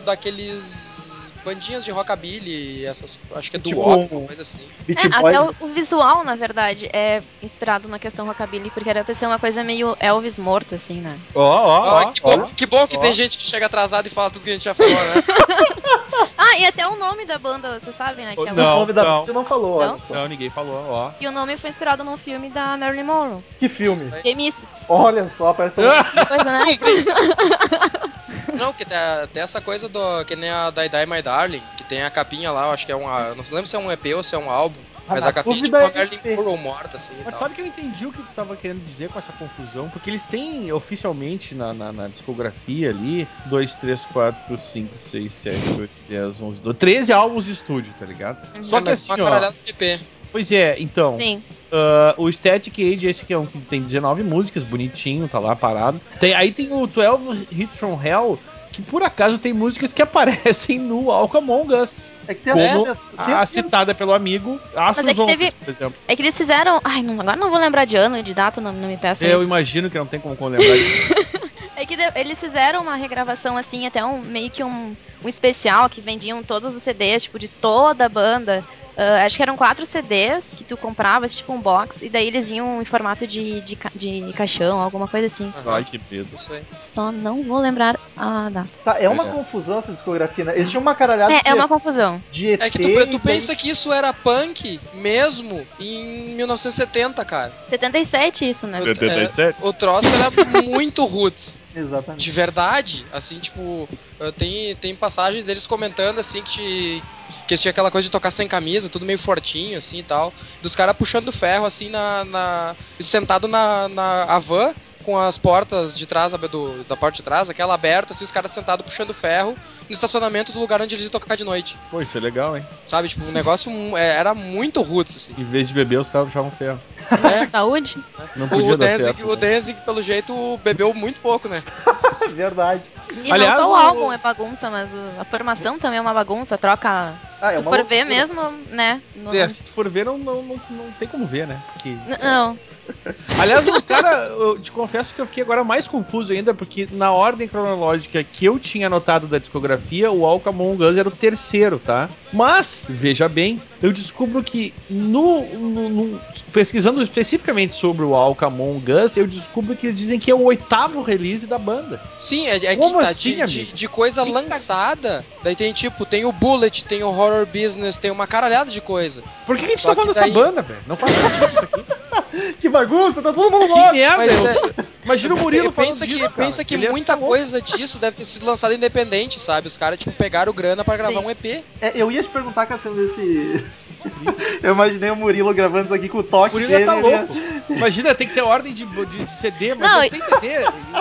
Speaker 1: daqueles bandinhas de rockabilly, essas, acho que é do
Speaker 4: Tipo,
Speaker 1: Op, uma coisa assim.
Speaker 4: Beat
Speaker 6: É,
Speaker 4: Boys,
Speaker 6: até o, o visual, na verdade, é inspirado na questão rockabilly, porque era pra ser uma coisa meio Elvis morto, assim, né?
Speaker 5: Ó, ó,
Speaker 1: Ah,
Speaker 5: ó,
Speaker 1: que,
Speaker 5: ó.
Speaker 1: bom, que bom que
Speaker 5: ó.
Speaker 1: tem gente que chega atrasada e fala tudo que a gente já falou, né?
Speaker 6: Ah, e até o nome da banda, você sabe, né? Que é o-
Speaker 5: Não,
Speaker 4: o nome da
Speaker 5: não.
Speaker 4: você não falou, olha
Speaker 6: Não?
Speaker 4: só.
Speaker 5: Não, ninguém falou, ó.
Speaker 6: E o nome foi inspirado num filme da Marilyn Monroe,
Speaker 4: Que filme?
Speaker 1: Isso aí.
Speaker 6: The Misfits.
Speaker 4: Olha só, parece que
Speaker 5: Ah!
Speaker 4: tá-
Speaker 6: Que coisa, né?
Speaker 1: Não, que tem, ah, tem essa coisa do que nem a Die Die My Darling, que tem a capinha lá, eu acho que é uma, não lembro se é um EP ou se é um álbum, mas
Speaker 4: na
Speaker 1: a capinha é tipo
Speaker 4: dúvida
Speaker 1: uma
Speaker 4: é
Speaker 1: Marilyn
Speaker 4: EP.
Speaker 1: Monroe morta assim e
Speaker 5: Mas
Speaker 1: tal.
Speaker 5: sabe que eu entendi o que tu tava querendo dizer com essa confusão? Porque eles têm oficialmente na, na, na discografia ali 2, 3, 4, 5, 6, 7, 8, 10, 11, 12, 13 álbuns de estúdio, tá ligado? Só
Speaker 1: É,
Speaker 5: que
Speaker 1: mas
Speaker 5: assim,
Speaker 1: uma
Speaker 5: ó.
Speaker 1: caralhada de EP.
Speaker 5: Pois é, então.
Speaker 6: Sim.
Speaker 5: ah, o Static Age, esse que é um que tem 19 músicas, bonitinho, tá lá parado. Tem, aí tem o 12 Hits from Hell, que por acaso tem músicas que aparecem no Alco Among Us.
Speaker 4: É que tem
Speaker 5: Como
Speaker 4: tem-
Speaker 5: A citada pelo amigo Astro
Speaker 6: é que
Speaker 5: Zombies,
Speaker 6: teve-
Speaker 5: por exemplo.
Speaker 6: É que eles fizeram. Ai, não, agora não vou lembrar de ano e de data, não, não me peçam
Speaker 5: Eu
Speaker 6: isso.
Speaker 5: imagino que não tem como lembrar disso.
Speaker 6: É que de- eles fizeram uma regravação assim, até um meio que um, um especial que vendiam todos os CDs, tipo, de toda a banda. Ah, acho que eram quatro CDs que tu compravas, tipo um box, e daí eles vinham em formato de, de, ca- de caixão, alguma coisa assim.
Speaker 1: Aham,
Speaker 5: Ai, que medo.
Speaker 1: Isso aí.
Speaker 6: Só não vou lembrar a data.
Speaker 4: Tá, é uma
Speaker 5: É.
Speaker 4: confusão essa discografia, né? Eles tinham uma caralhada
Speaker 6: É, é uma confusão.
Speaker 4: de EP.
Speaker 1: É que tu,
Speaker 4: e
Speaker 1: tu pensa que isso era punk mesmo em 1970, cara.
Speaker 6: 77 isso, né?
Speaker 2: 77?
Speaker 1: O troço era muito roots.
Speaker 4: daí- Exatamente.
Speaker 1: De verdade. Assim, tipo, eh, tem, tem passagens deles comentando assim que, te- que eles tinham aquela coisa de tocar sem camisa, tudo meio fortinho, assim e tal. Dos caras puxando ferro, assim, na. na- sentado na, na a van. Com as portas de trás, sabe, do- da parte de trás, aquela aberta, assim, os caras sentados puxando ferro no estacionamento do lugar onde eles iam tocar de noite.
Speaker 5: Pô, isso é legal, hein?
Speaker 1: Sabe, tipo, o negócio mu- é, era muito roots, assim.
Speaker 5: Em vez de beber, os caras puxavam ferro.
Speaker 1: né?
Speaker 6: Saúde?
Speaker 5: Não podia
Speaker 1: O
Speaker 5: dar
Speaker 1: Danzig,
Speaker 5: certo.
Speaker 1: o
Speaker 5: né?
Speaker 1: Danzig, pelo jeito, bebeu muito pouco, né?
Speaker 4: É verdade.
Speaker 6: E
Speaker 5: Aliás,
Speaker 6: não só o,
Speaker 5: o-
Speaker 6: álbum é bagunça, mas o- a formação também é uma bagunça, troca.
Speaker 4: Ah, é
Speaker 6: se tu
Speaker 4: uma
Speaker 6: for
Speaker 4: loucura.
Speaker 6: ver mesmo, né? no-
Speaker 5: É, se tu for ver, não, não, não, não tem como ver, né? Porque...
Speaker 6: N- Não.
Speaker 5: Aliás, o cara, eu te confesso que eu fiquei agora mais confuso ainda, porque na ordem cronológica que eu tinha anotado da discografia, o All Among Guns era o terceiro, tá? Mas, veja bem, eu descubro que no, no- no- pesquisando especificamente sobre o All Among Guns, eu descubro que eles dizem que é o oitavo release da banda.
Speaker 1: Sim, é, é
Speaker 5: Como
Speaker 1: que tá,
Speaker 5: assim,
Speaker 1: de- de,
Speaker 5: amigo?
Speaker 1: de coisa
Speaker 5: Que que tá-
Speaker 1: lançada, daí tem tipo, tem o Bullet, tem o Horror Business, tem uma caralhada de coisa.
Speaker 5: Por que, que a gente
Speaker 1: Só
Speaker 5: tá falando
Speaker 1: que
Speaker 5: dessa
Speaker 1: daí-
Speaker 5: banda, velho? Não faz sentido isso aqui.
Speaker 4: Que bagunça, tá todo mundo
Speaker 5: Que
Speaker 4: louco.
Speaker 5: merda!
Speaker 1: Mas
Speaker 5: eu-
Speaker 1: é-
Speaker 5: Imagina o
Speaker 1: E
Speaker 5: Ah, Murilo falando
Speaker 1: pensa que,
Speaker 5: disso, cara.
Speaker 1: pensa que
Speaker 5: Ele é ia
Speaker 1: muita
Speaker 5: ficar louco.
Speaker 1: coisa disso deve ter sido lançada independente, sabe? Os caras, tipo, pegaram grana pra gravar
Speaker 6: Sim.
Speaker 1: um EP.
Speaker 4: É, eu ia te perguntar, Cassiano, esse. eu imaginei o Murilo gravando isso aqui com o toque
Speaker 5: O Murilo
Speaker 4: dele,
Speaker 5: ia tá
Speaker 4: né?
Speaker 5: louco. Imagina, tem que ser ordem de, de- de CD, mas
Speaker 6: Não,
Speaker 5: não,
Speaker 6: e-
Speaker 5: tem CD.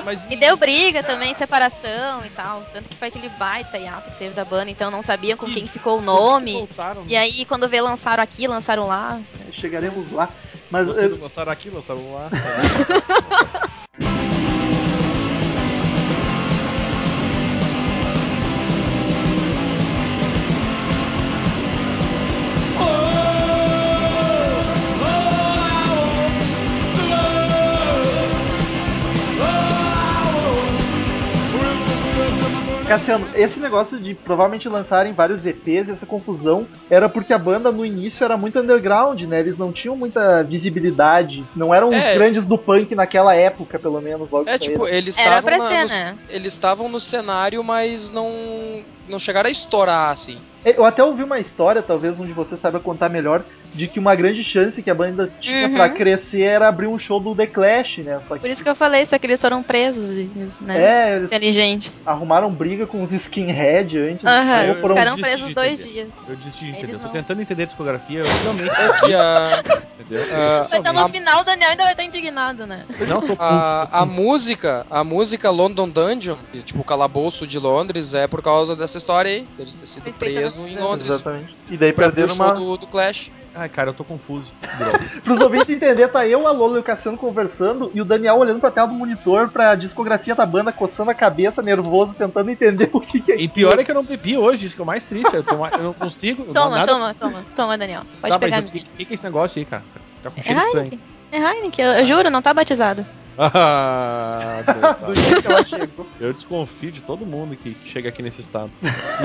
Speaker 5: Mas...
Speaker 6: E deu briga também, separação e tal. Tanto que foi aquele baita hiato que teve da banda, então não sabiam com
Speaker 5: Que-
Speaker 6: quem ficou o
Speaker 5: Por que que
Speaker 6: nome.
Speaker 5: voltaram, né?
Speaker 6: E aí, quando vê, lançaram aqui, lançaram lá.
Speaker 4: É, Chegaremos lá. Mas eh,
Speaker 5: Vocês
Speaker 4: eu-
Speaker 5: lançaram aqui, lançaram lá.
Speaker 4: Cassiano, esse negócio de provavelmente lançarem vários EPs, essa confusão, era porque a banda no início era muito underground, né? Eles não tinham muita visibilidade, não eram os
Speaker 1: É.
Speaker 4: grandes do punk naquela época, pelo menos, logo
Speaker 1: É,
Speaker 4: que
Speaker 1: tipo,
Speaker 4: saíram.
Speaker 1: eles
Speaker 6: Era
Speaker 1: estavam
Speaker 6: pra
Speaker 1: na-
Speaker 6: ser,
Speaker 1: nos-
Speaker 6: né?
Speaker 1: eles estavam no cenário, mas não não chegaram a estourar assim.
Speaker 4: Eu até ouvi uma história, talvez um de vocês saiba contar melhor, de que uma grande chance que a banda tinha
Speaker 6: Uhum.
Speaker 4: pra crescer era abrir um show do The Clash, né? Só que,
Speaker 6: Por isso que eu falei, só que eles foram presos, né?
Speaker 4: é, eles
Speaker 6: Inteligente.
Speaker 4: arrumaram briga com os skinhead antes,
Speaker 6: Aham,
Speaker 4: ou
Speaker 5: eu-
Speaker 4: foram
Speaker 6: ficaram
Speaker 5: desisti
Speaker 6: presos
Speaker 5: de
Speaker 6: dois
Speaker 5: entender.
Speaker 6: dias.
Speaker 5: Eu desisti de entender.
Speaker 6: Eles
Speaker 5: Eu tô
Speaker 6: não.
Speaker 5: tentando entender a discografia. Eu finalmente
Speaker 1: É que a,
Speaker 5: entendeu?
Speaker 1: Ah,
Speaker 5: Só
Speaker 6: Mas Então no
Speaker 1: a-
Speaker 6: final o Daniel ainda vai estar indignado, né?
Speaker 5: vi. Não, tô puto.
Speaker 1: a, a música, a música London Dungeon, que, tipo, o calabouço de Londres, é por causa dessa história aí, deles ter sido
Speaker 6: Perfeita
Speaker 1: presos
Speaker 5: né?
Speaker 1: em Londres.
Speaker 4: Exatamente. E daí
Speaker 1: Pra abrir o
Speaker 4: perderam
Speaker 1: show
Speaker 4: uma.
Speaker 1: do, do Clash.
Speaker 5: Ai, cara, eu tô confuso.
Speaker 4: Pros ouvintes entenderem, tá eu, a Lola e o Cassiano conversando e o Daniel olhando pra tela do monitor pra discografia da banda, coçando a cabeça, nervoso, tentando entender o que, que é.
Speaker 5: E pior é que eu não bebi hoje, isso que é o mais triste. Eu, tô mais- eu não consigo. Eu não
Speaker 6: Toma,
Speaker 5: nada...
Speaker 6: toma, toma, toma, Daniel. Pode
Speaker 5: Tá, mas
Speaker 6: pegar a
Speaker 5: o que,
Speaker 6: minha.
Speaker 5: que que é esse negócio aí, cara? Tá com
Speaker 6: É
Speaker 5: cheiro estranho.
Speaker 6: Heineken. É Heineken,
Speaker 1: Ah.
Speaker 6: eu, eu juro, não tá batizado.
Speaker 5: Ah,
Speaker 4: é. Do
Speaker 5: coitado.
Speaker 4: jeito que ela chegou.
Speaker 5: eu desconfio de todo mundo que, que chega aqui nesse estado.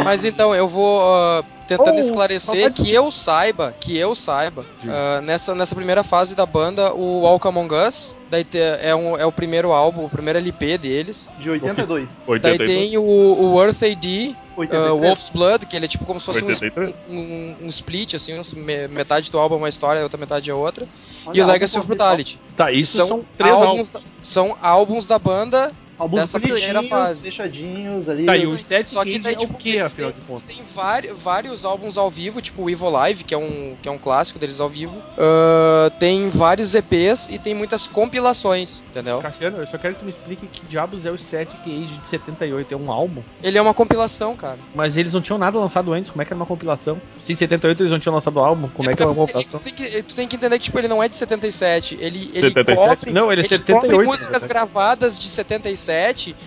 Speaker 1: Mas então, eu vou ah, tentando
Speaker 5: Oh,
Speaker 1: esclarecer
Speaker 5: pode-
Speaker 1: que eu saiba, que eu saiba,
Speaker 5: Diga.
Speaker 1: ah, nessa, nessa primeira fase da banda, o Walk Among Us, daí te- é, um, é o primeiro álbum, o primeiro LP deles.
Speaker 4: De 82.
Speaker 1: Daí
Speaker 2: 82.
Speaker 1: tem o, o Earth AD, ah,
Speaker 4: 83.
Speaker 1: Wolf's Blood, que ele é tipo como se fosse um,
Speaker 2: 83.
Speaker 1: um, um split, assim, um- me- metade do álbum é uma história, a outra metade é outra.
Speaker 4: Olha,
Speaker 1: e o
Speaker 4: álbum
Speaker 1: Legacy of
Speaker 4: conceitual.
Speaker 1: Brutality.
Speaker 5: Tá, isso são,
Speaker 1: São
Speaker 5: três álbuns.
Speaker 1: álbuns da- são álbuns da banda
Speaker 4: Álbuns
Speaker 1: dessa
Speaker 4: bonitinhos,
Speaker 1: primeira fase.
Speaker 4: fechadinhos ali.
Speaker 5: Tá, e o Static
Speaker 1: Só que daí,
Speaker 5: é o
Speaker 1: tipo,
Speaker 5: que,
Speaker 1: eles
Speaker 5: afinal
Speaker 1: têm-
Speaker 5: de contas?
Speaker 1: Eles têm vari- vários álbuns ao vivo, tipo o Evil Live, que é um, que é um clássico deles ao vivo. Ah, tem vários EPs e tem muitas compilações, entendeu?
Speaker 5: Cassiano, eu só quero que tu me explique que diabos é o Static Age de 78. É um álbum?
Speaker 1: Ele é uma compilação, cara.
Speaker 5: Mas eles não tinham nada lançado antes, como é que era uma compilação? Se em 78 eles não tinham lançado álbum, como é que era uma compilação?
Speaker 1: Tu tem que, tu tem que entender que tipo, ele não é de 77. Ele, ele
Speaker 2: 77?
Speaker 1: cobre.
Speaker 5: Não, ele é
Speaker 1: Ele
Speaker 5: 78.
Speaker 1: cobre
Speaker 5: na
Speaker 1: músicas
Speaker 5: verdade.
Speaker 1: gravadas de 77,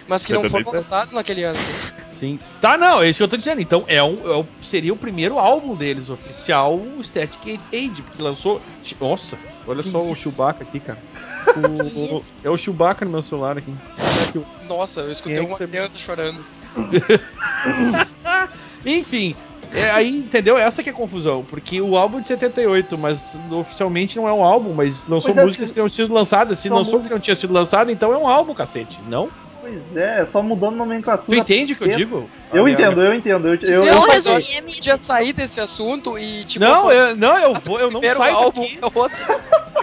Speaker 1: mas que não foram
Speaker 2: 77.
Speaker 1: lançadas naquele ano. entendeu?
Speaker 5: Sim. Tá, não, é isso que eu tô dizendo. Então, é um, é um- seria o primeiro álbum deles, oficial, o Static Age, porque lançou. Nossa, olha só o Chewbacca aqui, cara. O-
Speaker 6: isso?
Speaker 5: é o Chewbacca no meu celular aqui. Será que o-
Speaker 1: Nossa, eu escutei
Speaker 5: Quem é que
Speaker 1: uma
Speaker 5: você-
Speaker 1: criança chorando.
Speaker 5: Enfim, é, aí entendeu? Essa que é a confusão, porque o álbum é de 78, mas oficialmente não é um álbum, mas lançou
Speaker 4: Pois é,
Speaker 5: músicas
Speaker 4: se-
Speaker 5: que não tinham sido lançadas. Se
Speaker 4: São
Speaker 5: lançou que não tinha sido lançado, então é um álbum, cacete, não?
Speaker 4: Pois é, só mudando
Speaker 5: Tu
Speaker 4: nomenclatura.
Speaker 5: entende o que eu
Speaker 4: Eu-
Speaker 5: digo?
Speaker 4: Eu
Speaker 5: Ah,
Speaker 4: entendo, eu entendo. Eu, eu,
Speaker 1: Não,
Speaker 4: eu,
Speaker 1: mas eu
Speaker 6: resumo,
Speaker 1: acho
Speaker 6: é minha-
Speaker 1: Podia sair desse assunto e, tipo,
Speaker 5: não,
Speaker 1: falar,
Speaker 5: eu, não, eu vou, eu não
Speaker 1: primeiro
Speaker 5: saio
Speaker 1: álbum
Speaker 5: daqui
Speaker 1: é outro.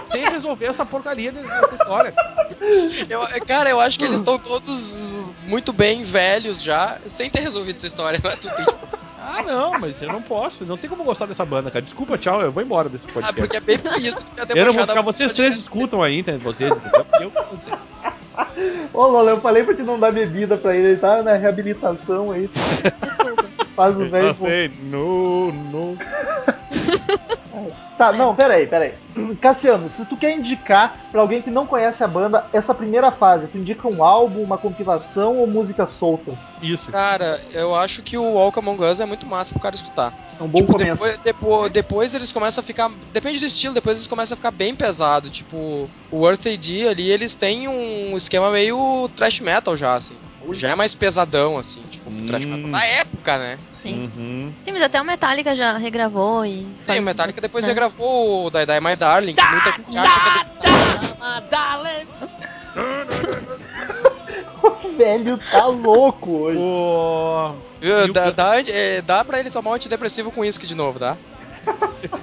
Speaker 5: sem resolver essa porcaria dessa história.
Speaker 1: Eu- cara, eu acho que eles estão todos muito bem velhos já, sem ter resolvido essa história. Não é tudo, tipo,
Speaker 5: Ah, não, mas eu não posso. Não tem como gostar dessa banda, cara. Desculpa, tchau, eu vou embora desse
Speaker 1: ah,
Speaker 5: podcast.
Speaker 1: porque é bem por isso. que a
Speaker 5: Eu não vou
Speaker 1: debochada-
Speaker 5: ficar, vocês três escutam aí, entendeu? Vocês, entendeu? Eu, vocês.
Speaker 4: Ô, Lola, eu falei pra te não dar bebida pra ele, ele tá na reabilitação aí.
Speaker 6: Desculpa.
Speaker 4: Faz o velho.
Speaker 2: Passei no, no.
Speaker 4: Tá, não, peraí, peraí. Cassiano, se tu quer indicar pra alguém que não conhece a banda essa primeira fase, tu indica um álbum, uma compilação ou músicas soltas?
Speaker 5: Isso.
Speaker 1: Cara, eu acho que o Walk Among Us é muito massa pro cara escutar.
Speaker 4: É um bom
Speaker 1: tipo,
Speaker 4: começo.
Speaker 1: depois, depois, depois eles começam a ficar. Depende do estilo, depois eles começam a ficar bem pesado. Tipo, o Earth AD ali, eles têm um esquema meio thrash metal já, assim. Já é mais pesadão, assim, tipo,
Speaker 5: Hum.
Speaker 1: thrash metal da época, né?
Speaker 6: Sim.
Speaker 5: Uhum.
Speaker 6: Sim, mas até o Metallica já regravou e.
Speaker 1: Tem
Speaker 6: faz-
Speaker 1: o Metallica depois
Speaker 6: né?
Speaker 1: regravou o Die Die My Darling, que muita gente acha que ele tá
Speaker 4: O velho tá louco hoje.
Speaker 5: O...
Speaker 1: Viu?
Speaker 5: E o
Speaker 1: Dá,
Speaker 5: ca-
Speaker 1: dá, é, dá pra ele tomar um antidepressivo com uísque de novo, tá? dá?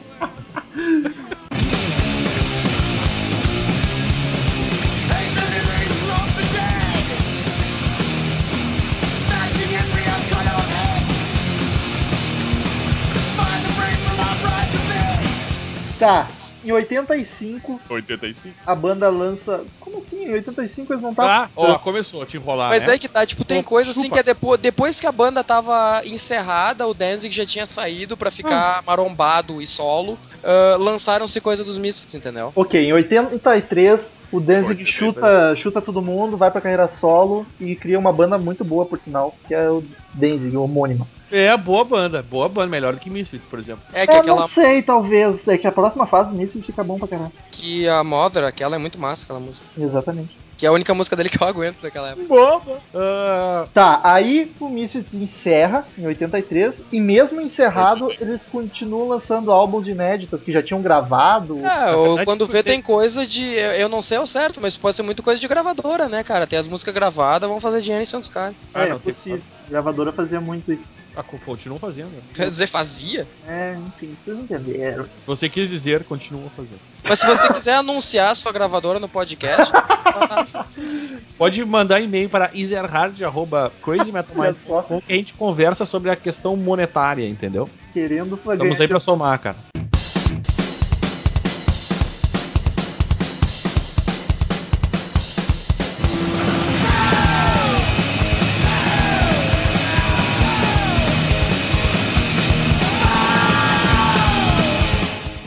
Speaker 4: Tá, em 85
Speaker 2: 85.
Speaker 4: a banda lança. Como assim? Em 85 eles não estavam.
Speaker 5: Ah, ó, começou a te enrolar,
Speaker 1: Mas
Speaker 5: né?
Speaker 1: é que tá, tipo, tem
Speaker 5: Opa,
Speaker 1: coisa assim
Speaker 5: chupa.
Speaker 1: que é depois, depois que a banda tava encerrada, o Danzig já tinha saído pra ficar marombado e solo, ah, lançaram-se coisa dos Misfits, entendeu?
Speaker 4: Ok, em 83 o Danzig
Speaker 2: 83.
Speaker 4: chuta, chuta todo mundo, vai pra carreira solo e cria uma banda muito boa, por sinal, que é o Danzig, o homônimo.
Speaker 5: É, boa banda. Boa banda. Melhor do que Misfits, por exemplo.
Speaker 1: É que
Speaker 4: Eu
Speaker 1: aquela
Speaker 4: não sei, talvez. É que a próxima fase do Misfits fica bom pra caralho.
Speaker 1: que a Mother, aquela é muito massa, aquela música.
Speaker 4: Exatamente.
Speaker 1: Que é a única música dele que eu aguento daquela época.
Speaker 5: Boa. Ah,
Speaker 4: Tá, aí o Misfits encerra em 83 e mesmo encerrado eles continuam lançando álbuns inéditas que já tinham gravado.
Speaker 1: É,
Speaker 5: Na
Speaker 1: ou
Speaker 5: verdade,
Speaker 1: quando
Speaker 5: tu
Speaker 1: vê
Speaker 5: tem-
Speaker 1: tem coisa de. eu- Eu não sei ao certo, mas pode ser muito coisa de gravadora, né, cara? Tem as músicas gravadas, vamos fazer dinheiro em cima dos caras.
Speaker 5: ah,
Speaker 4: é,
Speaker 5: não, tem-
Speaker 4: possível. A gravadora fazia muito isso.
Speaker 5: Ah, continuam fazendo.
Speaker 1: Quer dizer, fazia?
Speaker 4: É, enfim, vocês entenderam.
Speaker 5: Você quis dizer, continua fazendo.
Speaker 1: Mas se você quiser anunciar a sua gravadora no podcast,
Speaker 5: Pode mandar e-mail para iserhard.crazymetalmind.com que a gente conversa sobre a questão monetária, entendeu?
Speaker 4: Querendo fazer.
Speaker 5: Estamos aí pra somar, cara.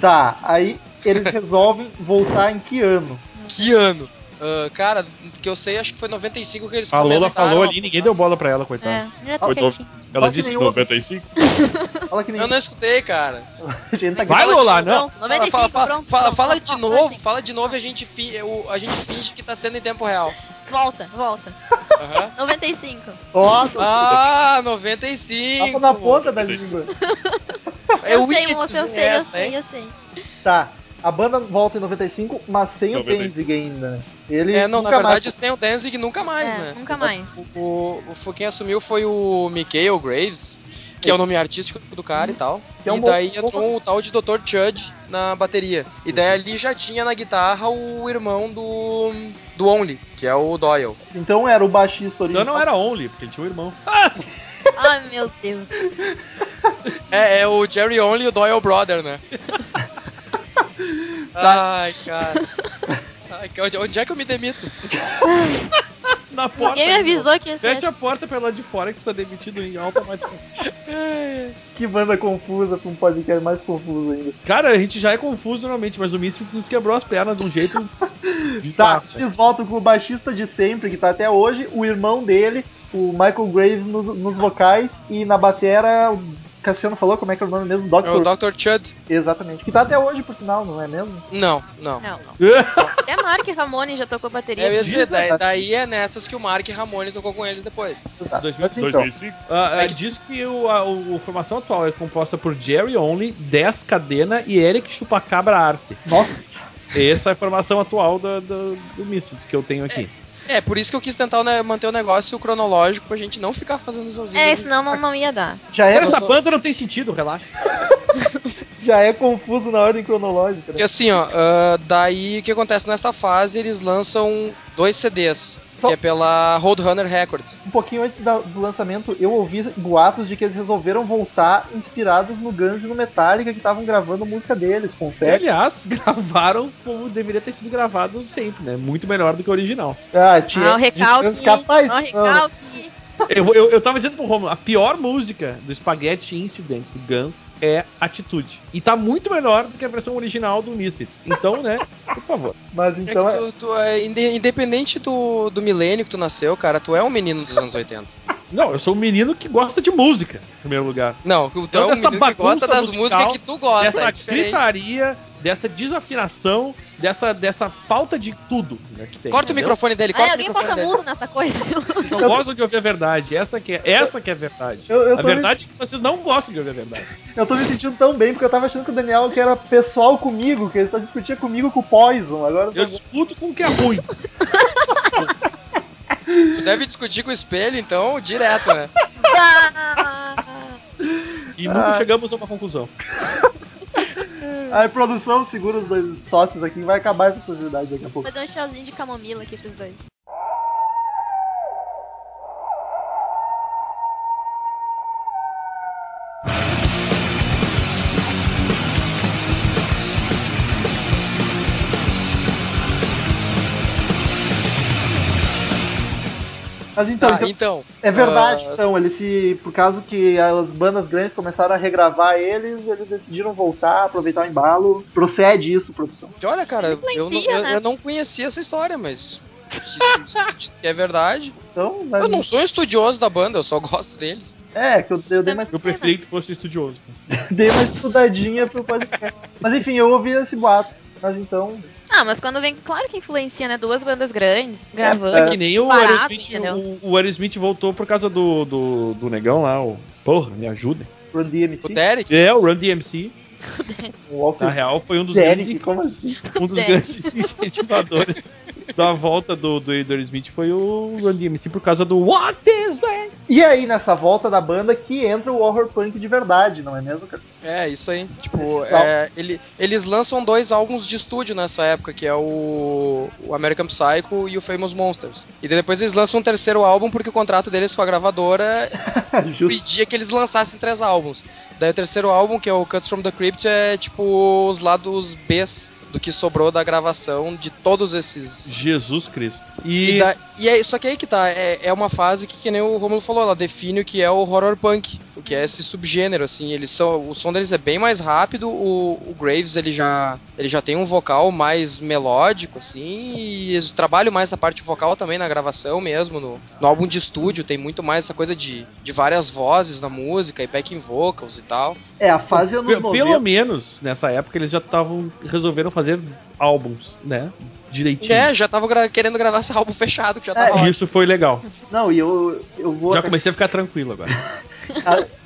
Speaker 4: Tá, aí eles resolvem voltar em que ano?
Speaker 1: que ano? Ah, cara, que eu sei, acho que foi 95 que eles
Speaker 5: A Lola
Speaker 1: começaram
Speaker 5: falou
Speaker 1: a
Speaker 5: ali,
Speaker 1: botar-
Speaker 5: ninguém deu bola pra ela, coitada.
Speaker 6: É, já tá
Speaker 2: Oito.
Speaker 6: quietinho.
Speaker 5: Ela
Speaker 4: Quase
Speaker 5: disse
Speaker 4: nenhum.
Speaker 2: 95?
Speaker 4: Fala que nem
Speaker 1: Eu não escutei, cara.
Speaker 4: a gente tá
Speaker 5: Vai,
Speaker 1: Fala
Speaker 5: Lola,
Speaker 1: de-
Speaker 5: não.
Speaker 6: Pronto,
Speaker 1: Fala,
Speaker 6: 95,
Speaker 1: fala, fala,
Speaker 6: pronto,
Speaker 1: fala-
Speaker 6: pronto,
Speaker 1: fala
Speaker 6: pronto,
Speaker 1: de
Speaker 6: pronto,
Speaker 1: novo,
Speaker 6: assim.
Speaker 1: fala de novo e a gente, fi- o- a gente finge que tá sendo em tempo real.
Speaker 6: Volta, volta.
Speaker 1: Aham.
Speaker 6: 95.
Speaker 4: Ó, tô-
Speaker 1: Ah,
Speaker 4: tava
Speaker 1: 95!
Speaker 4: na ponta da língua.
Speaker 1: É o
Speaker 6: sei,
Speaker 1: Witches
Speaker 6: moça, eu sei, eu
Speaker 1: essa, hein?
Speaker 6: sei, eu sei.
Speaker 4: Tá. A banda volta em 95, mas sem o
Speaker 2: 95.
Speaker 4: Danzig ainda. né? Ele
Speaker 1: É, não, na
Speaker 4: nunca
Speaker 1: verdade,
Speaker 4: mais...
Speaker 1: sem o Danzig nunca mais,
Speaker 6: É,
Speaker 1: né?
Speaker 6: Nunca mais.
Speaker 1: O, o- o- quem assumiu foi o Michael Graves, que é o nome artístico do cara e tal.
Speaker 4: Que é um
Speaker 1: e
Speaker 4: bom-
Speaker 1: daí
Speaker 4: bom- Uhum.
Speaker 1: entrou o tal de Dr. Chud na bateria. E daí ali já tinha na guitarra o irmão do, do Only, que é o Doyle.
Speaker 4: Então era o baixista
Speaker 5: Então
Speaker 4: original.
Speaker 5: não era Only, porque ele tinha um irmão.
Speaker 6: Ai, meu Deus.
Speaker 1: É, é o Jerry Only e o Doyle Brother, né? Ai, cara. Ai, que- onde- Onde é que eu me demito?
Speaker 5: Na porta.
Speaker 6: Ninguém me avisou que é. ia ser
Speaker 5: Fecha a porta pela de fora que está demitido em automaticamente.
Speaker 4: Que banda confusa pra um podcast mais confuso ainda.
Speaker 5: Cara, a gente já é confuso normalmente, mas o Misfits nos quebrou as pernas de um jeito
Speaker 4: Tá,
Speaker 5: bizarro.
Speaker 4: eles voltam com o baixista de sempre, que tá até hoje, o irmão dele, o Michael Graves nos, nos vocais e na batera, o Cassiano falou como é que é o nome mesmo? Dr.
Speaker 1: É o Dr. Chud?
Speaker 4: Exatamente. Que tá até hoje, por sinal, não é mesmo?
Speaker 1: Não, não.
Speaker 6: assim. Não. Até Mark Ramone já tocou bateria.
Speaker 1: É, eu ia dizer,
Speaker 5: Diz, né,
Speaker 1: daí, daí é nessas que o Mark Ramone tocou com eles depois.
Speaker 4: Tá.
Speaker 5: 2000,
Speaker 4: Mas Então,
Speaker 2: 2005?
Speaker 5: Ah, ah,
Speaker 1: É que-
Speaker 5: diz que o, a, o- a formação atual é composta por Jerry Only, 10 Cadena e Eric Chupacabra Arce.
Speaker 4: nossa,
Speaker 5: Essa é a formação atual da- da- do Misfits que eu tenho aqui.
Speaker 1: É, por isso que eu quis tentar né, manter o negócio cronológico pra gente não ficar fazendo essas
Speaker 6: É,
Speaker 1: ilhas.
Speaker 6: senão não, não ia dar.
Speaker 4: já é,
Speaker 5: Cara, essa
Speaker 1: sou-
Speaker 5: banda não tem sentido, relaxa.
Speaker 4: já é confuso na ordem cronológica.
Speaker 1: Porque
Speaker 4: Né?
Speaker 1: assim, ó, ah, daí o que acontece nessa fase, eles lançam dois CDs,
Speaker 4: Só-
Speaker 1: que é pela Roadrunner Records.
Speaker 4: Um pouquinho antes da- do lançamento, eu ouvi boatos de que eles resolveram voltar inspirados no Guns e no Metallica, que estavam gravando música deles, com
Speaker 5: E,
Speaker 4: Fat.
Speaker 5: aliás, gravaram como deveria ter sido gravado sempre, né? Muito melhor do que o original.
Speaker 4: Ah, tinha.
Speaker 6: Ah, o recalque.
Speaker 4: Capaz,
Speaker 6: Ah, o
Speaker 4: não.
Speaker 6: recalque.
Speaker 5: Eu, vou- eu, eu tava dizendo pro Romulo, a pior música do Spaghetti Incident do Guns é Atitude. E tá muito melhor do que a versão original do Misfits. Então, né, por favor.
Speaker 4: Mas
Speaker 1: É que
Speaker 4: então é.
Speaker 1: tu- tu é inde- independente do, do milênio que tu nasceu, cara, tu é um menino dos anos 80.
Speaker 5: Não, eu sou um menino que gosta de música, em primeiro lugar.
Speaker 1: Não, tu
Speaker 5: Então,
Speaker 1: é um
Speaker 5: dessa
Speaker 1: menino que gosta
Speaker 5: bagunça
Speaker 1: das
Speaker 5: musical,
Speaker 1: músicas que tu gosta.
Speaker 5: dessa
Speaker 1: é diferente.
Speaker 5: gritaria, dessa desafinação, dessa, dessa falta de tudo né, que tem.
Speaker 1: Corta o
Speaker 5: entendeu?
Speaker 1: microfone dele,
Speaker 6: Ai,
Speaker 1: corta o
Speaker 6: alguém
Speaker 1: microfone
Speaker 6: bota
Speaker 1: dele.
Speaker 6: muro nessa coisa.
Speaker 5: Vocês Não gostam de ouvir a verdade. Essa que é, essa que é a verdade.
Speaker 4: Eu- eu
Speaker 5: a
Speaker 4: tô
Speaker 5: verdade é que vocês não gostam de ouvir a verdade.
Speaker 4: Eu tô me sentindo tão bem porque eu tava achando que o Daniel que era pessoal comigo, que ele só discutia comigo com o Poison. Agora eu tô-
Speaker 5: Eu discuto com o que é ruim.
Speaker 1: Tu deve discutir com o espelho, então, direto, né?
Speaker 6: Ah,
Speaker 5: E nunca
Speaker 4: Ah.
Speaker 5: chegamos a uma conclusão.
Speaker 4: a produção segura os dois sócios aqui, vai acabar essa sociedade daqui a pouco.
Speaker 6: Vou dar um chauzinho de camomila aqui pros dois.
Speaker 4: Mas então,
Speaker 1: Tá,
Speaker 4: então-
Speaker 1: então.
Speaker 4: é verdade,
Speaker 1: ah,
Speaker 4: então, ele se. Por causa que as bandas grandes começaram a regravar eles, eles decidiram voltar, aproveitar o embalo. Procede isso, produção.
Speaker 1: Olha, cara, eu,
Speaker 6: Influencia,
Speaker 1: não- eu-
Speaker 6: né?
Speaker 1: eu não conhecia essa história, mas. Se, se, diz que é verdade.
Speaker 4: Então,
Speaker 1: Eu não sou um estudioso da banda, eu só gosto deles.
Speaker 4: é, que eu, eu dei mais
Speaker 5: Eu
Speaker 6: Sim,
Speaker 5: preferia que fosse estudioso.
Speaker 4: dei uma estudadinha pro podcast. Mas enfim, eu ouvi esse boato. Mas então.
Speaker 6: Ah, mas quando vem, claro que influencia, né? Duas bandas grandes gravando.
Speaker 5: É que nem o
Speaker 6: Parado,
Speaker 5: Aerosmith.
Speaker 6: entendeu?
Speaker 5: O, o Aerosmith voltou por causa do, do, do negão lá, o. Porra, me ajudem.
Speaker 4: Run
Speaker 1: O
Speaker 4: DMC,
Speaker 1: Derek,
Speaker 5: É, o Run DMC,
Speaker 4: o Walker
Speaker 5: na real, foi um dos
Speaker 4: Derek,
Speaker 5: grandes,
Speaker 4: como assim?
Speaker 5: um dos
Speaker 6: Derek.
Speaker 5: grandes incentivadores da volta do, do do Aerosmith. Foi o Run DMC por causa do What This Way.
Speaker 4: E aí, nessa volta da banda que entra o horror punk de verdade, não é mesmo, cara?
Speaker 1: é isso aí. Tipo,
Speaker 4: Esses
Speaker 1: é,
Speaker 4: álbuns.
Speaker 1: ele- eles lançam dois álbuns de estúdio nessa época, que é o, o American Psycho e o Famous Monsters. E daí depois eles lançam um terceiro álbum, porque o contrato deles com a gravadora
Speaker 4: Justo.
Speaker 1: pedia que eles lançassem três álbuns. Daí o terceiro álbum, que é o Cuts from the Crypt, é tipo os lados Bs do que sobrou da gravação de todos esses.
Speaker 5: Jesus Cristo.
Speaker 1: E,
Speaker 5: E,
Speaker 1: da, e é, só que aí que tá, é, é uma fase que, que nem o Romulo falou, ela define o que é o horror punk, o que é esse subgênero, assim, eles são, o som deles é bem mais rápido, o, o Graves, ele já, ele já tem um vocal mais melódico, assim, e eles trabalham mais a parte vocal também na gravação mesmo, no, no álbum de estúdio, tem muito mais essa coisa de, de várias vozes na música e backing vocals e tal.
Speaker 4: É, a fase anos
Speaker 5: pe-
Speaker 4: 90.
Speaker 5: pelo menos nessa época eles já estavam resolveram fazer álbuns, né? Direitinho.
Speaker 1: É, já tava gra- querendo gravar esse álbum fechado, que já tava
Speaker 4: É,
Speaker 1: ótimo.
Speaker 5: Isso foi legal.
Speaker 4: Não, e eu, eu vou.
Speaker 5: Já comecei a ficar tranquilo agora.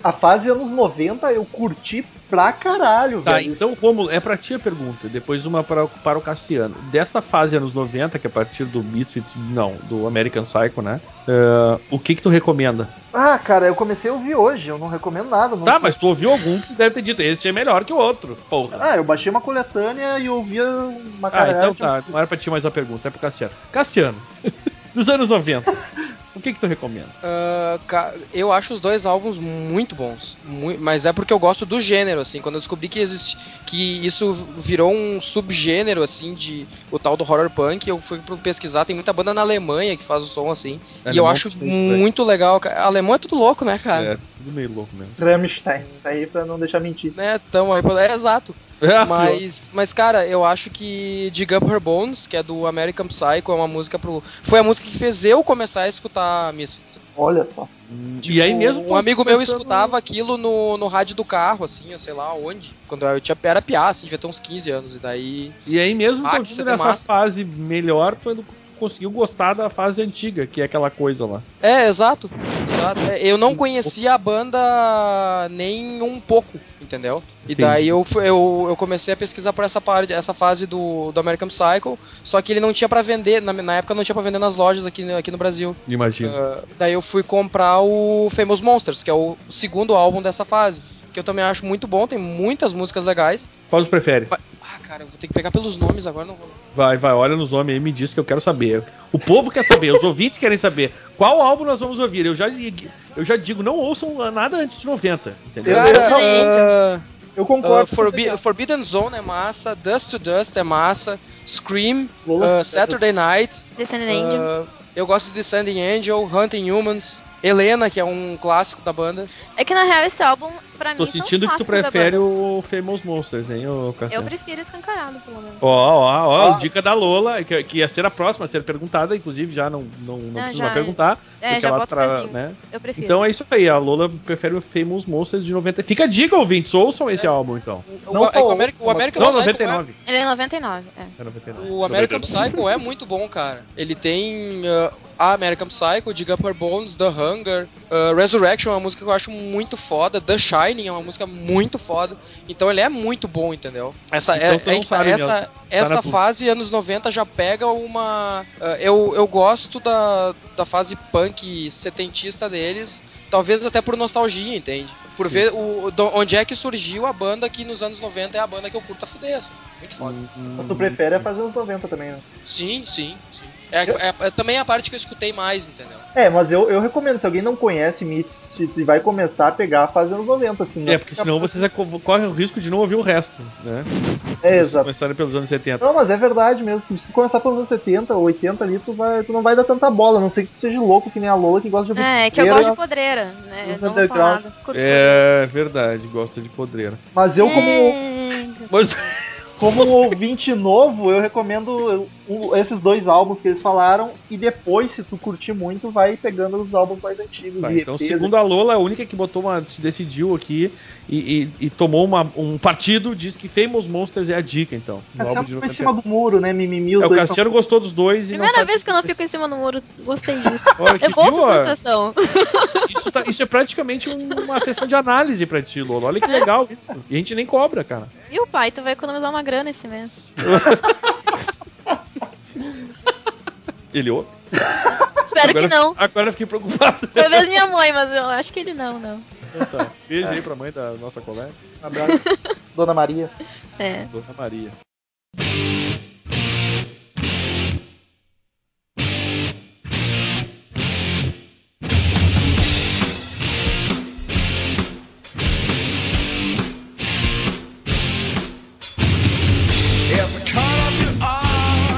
Speaker 4: A, a fase anos 90 eu curti pra caralho,
Speaker 5: Tá,
Speaker 4: velho.
Speaker 5: então, Rômulo, é pra ti a pergunta, depois uma para, o- para o Cassiano. Dessa fase anos 90, que é a partir do Misfits, não, do American Psycho, né? Ah, o que que tu recomenda?
Speaker 4: Ah, cara, eu comecei a ouvir hoje, eu não recomendo nada. Não...
Speaker 5: Tá, mas tu ouviu algum que deve ter dito, esse é melhor que o outro, porra.
Speaker 4: Ah, eu baixei uma coletânea e ouvia uma
Speaker 5: Ah,
Speaker 4: caralho.
Speaker 5: então tá, não era pra ti mais a pergunta, é pro Cassiano. Cassiano, dos anos 90, o que que tu recomenda?
Speaker 1: Ah, ca- eu acho os dois álbuns muito bons, mui- mas é porque eu gosto do gênero, assim. Quando eu descobri que existe, que isso virou um subgênero, assim, de o tal do horror punk, eu fui pro pesquisar. Tem muita banda na Alemanha que faz o som assim, e eu
Speaker 5: Alemão,
Speaker 1: acho
Speaker 5: tudo bem.
Speaker 1: muito legal. cara. Alemão é tudo louco, né, cara?
Speaker 5: né? É, tudo meio louco mesmo.
Speaker 4: Rammstein, tá aí pra não deixar mentir.
Speaker 1: Né, tão aí, pra- é exato.
Speaker 5: É, pior.
Speaker 1: Mas, mas, cara, eu acho que Dig Up Her Bones, que é do American Psycho, é uma música pro. Foi a música que fez eu começar a escutar Misfits.
Speaker 4: Olha só.
Speaker 5: e aí mesmo...
Speaker 1: Um amigo meu
Speaker 5: pensando-
Speaker 1: escutava aquilo no, no rádio do carro, assim, eu sei lá onde. Quando eu tinha, era piá, assim, devia ter uns 15 anos. E daí.
Speaker 5: E aí mesmo
Speaker 1: Ah,
Speaker 5: ah,
Speaker 1: que
Speaker 5: ouvindo
Speaker 1: CD
Speaker 5: nessa
Speaker 1: massa.
Speaker 5: fase melhor, quando conseguiu gostar da fase antiga, que é aquela coisa lá.
Speaker 1: É, exato. Exato. É, Eu não conhecia a banda nem um pouco, entendeu? E
Speaker 5: Entendi.
Speaker 1: daí eu, fui- eu, eu comecei a pesquisar por essa parte, essa fase do, do American Psycho, só que ele não tinha pra vender, na, na época não tinha pra vender nas lojas aqui, aqui no Brasil.
Speaker 5: Imagina.
Speaker 1: Ah, daí eu fui comprar o Famous Monsters, que é o segundo álbum dessa fase, que eu também acho muito bom, tem muitas músicas legais.
Speaker 5: Qual tu prefere?
Speaker 1: Ah, cara, eu vou ter que pegar pelos nomes agora, não vou.
Speaker 5: Vai, vai, olha nos homens aí e me diz que eu quero saber. O povo quer saber, os ouvintes querem saber. Qual álbum nós vamos ouvir? Eu já, dig- eu já digo, não ouçam nada antes de 90, entendeu?
Speaker 4: Eu-
Speaker 1: Cara,
Speaker 6: eu-
Speaker 1: ah,
Speaker 4: Eu concordo.
Speaker 1: Uh, Forbi- Forbidden Zone é massa, Dust to Dust é massa, Scream,
Speaker 4: Lula.
Speaker 1: uh, Saturday Night,
Speaker 6: Descending
Speaker 5: Ah.
Speaker 6: Angel.
Speaker 1: uh, eu gosto de Descending Angel, Hunting Humans, Helena, que é um clássico da banda.
Speaker 6: É que na real esse álbum, pra mim,
Speaker 5: Tô
Speaker 6: são os
Speaker 5: sentindo que tu
Speaker 6: clássicos da
Speaker 5: prefere
Speaker 6: banda.
Speaker 5: o Famous Monsters, hein, ô
Speaker 6: Eu
Speaker 5: Cassiano?
Speaker 6: prefiro escancarado, pelo menos.
Speaker 5: Ó, ó, ó,
Speaker 4: Ó.
Speaker 5: dica da Lola, que, que ia ser a próxima a ser perguntada, inclusive já não, não, não
Speaker 6: Ah,
Speaker 5: precisa
Speaker 6: já,
Speaker 5: mais perguntar,
Speaker 6: É,
Speaker 5: porque
Speaker 6: já
Speaker 5: ela
Speaker 6: bota o
Speaker 5: tra-
Speaker 6: pezinho.
Speaker 5: né?
Speaker 6: Eu prefiro.
Speaker 5: Então é isso aí, a Lola prefere o Famous Monsters de 90. Fica a dica, ouvintes, ouçam esse álbum então.
Speaker 1: O, é
Speaker 4: Não
Speaker 1: o-
Speaker 4: só
Speaker 1: o American,
Speaker 4: outros,
Speaker 1: o American
Speaker 5: Não,
Speaker 1: Psycho é-
Speaker 5: 99.
Speaker 6: Ele é 99, é.
Speaker 5: É 99.
Speaker 1: O American Psycho é muito bom, cara. Ele tem uh, a American Psycho, Dig Up Her Bones, The Hunger, uh, Resurrection é uma música que eu acho muito foda, The Shining é uma música muito foda. Então ele é muito bom, entendeu? Essa é,
Speaker 5: Então tu não
Speaker 1: é que tá,
Speaker 5: sabe,
Speaker 1: essa,
Speaker 5: Nelson.
Speaker 1: essa
Speaker 5: na tua.
Speaker 1: fase anos 90 já pega uma uh, eu, eu gosto da, da fase punk setentista deles, talvez até por nostalgia, entende? Por ver o, o- do- onde é que surgiu a banda que nos anos 90 é a banda que eu curto a fuder. assim. Muito foda.
Speaker 5: Hum.
Speaker 4: Mas tu prefere
Speaker 5: uh,
Speaker 4: é fazer uns 90 também, né?
Speaker 1: Sim, sim, sim. É, é- é também a parte que eu escutei mais, entendeu?
Speaker 4: É, mas eu, eu recomendo, se alguém não conhece Myths Cheats e vai começar a pegar, fazer uns 90, assim. né?
Speaker 5: É, porque senão vocês aco- correm o risco de não ouvir o resto, né?
Speaker 4: É,
Speaker 5: Vocês
Speaker 4: exato.
Speaker 5: Começaram pelos anos 70.
Speaker 4: Não, mas é verdade mesmo, porque se tu começar pelos anos 70 ou 80 ali, tu, vai, tu não vai dar tanta bola, a não sei que tu seja louco que nem a Lola que gosta de ouvir
Speaker 6: É, é que eu
Speaker 4: poeira.
Speaker 6: gosto de podreira, né?
Speaker 4: Os
Speaker 6: Não
Speaker 4: underground.
Speaker 6: falado. Curto
Speaker 5: É verdade, gosta de podreira.
Speaker 4: Mas eu, como,
Speaker 6: É.
Speaker 5: Mas
Speaker 4: como um ouvinte novo, eu recomendo eu- um- esses dois álbuns que eles falaram, e depois, se tu curtir muito, vai pegando os álbuns mais antigos.
Speaker 5: Tá,
Speaker 4: e
Speaker 5: então,
Speaker 4: EPs.
Speaker 5: segundo a Lola, a única que botou uma. se decidiu aqui e, e- e tomou uma- um partido, diz que Famous Monsters é a dica, então. do álbum
Speaker 4: Cassiano
Speaker 5: de
Speaker 4: ficou em
Speaker 5: 90.
Speaker 4: cima do muro, né? Mimimi, os
Speaker 5: É, o
Speaker 4: dois são-
Speaker 5: Cassiano gostou dos dois e
Speaker 6: Primeira
Speaker 5: não sabe...
Speaker 6: vez que eu não fico em cima do muro, gostei disso.
Speaker 5: Olha, que
Speaker 6: Eu gosto
Speaker 5: viu,
Speaker 6: dessa
Speaker 5: ó?
Speaker 6: sensação.
Speaker 5: isso, tá- isso é praticamente um- uma sessão de análise pra ti, Lola. Olha que legal isso. E a gente nem cobra, cara.
Speaker 6: E o pai, tu vai economizar uma grana esse mês.
Speaker 5: Ele ô,
Speaker 6: Espero
Speaker 5: agora,
Speaker 6: que não.
Speaker 5: Agora eu fiquei preocupado.
Speaker 6: Talvez minha mãe, mas eu acho que ele não, não.
Speaker 5: Então tá. Beijo aí pra mãe da nossa colega,
Speaker 4: Um abraço. Dona Maria.
Speaker 6: É.
Speaker 5: Dona Maria.
Speaker 3: If I cut off your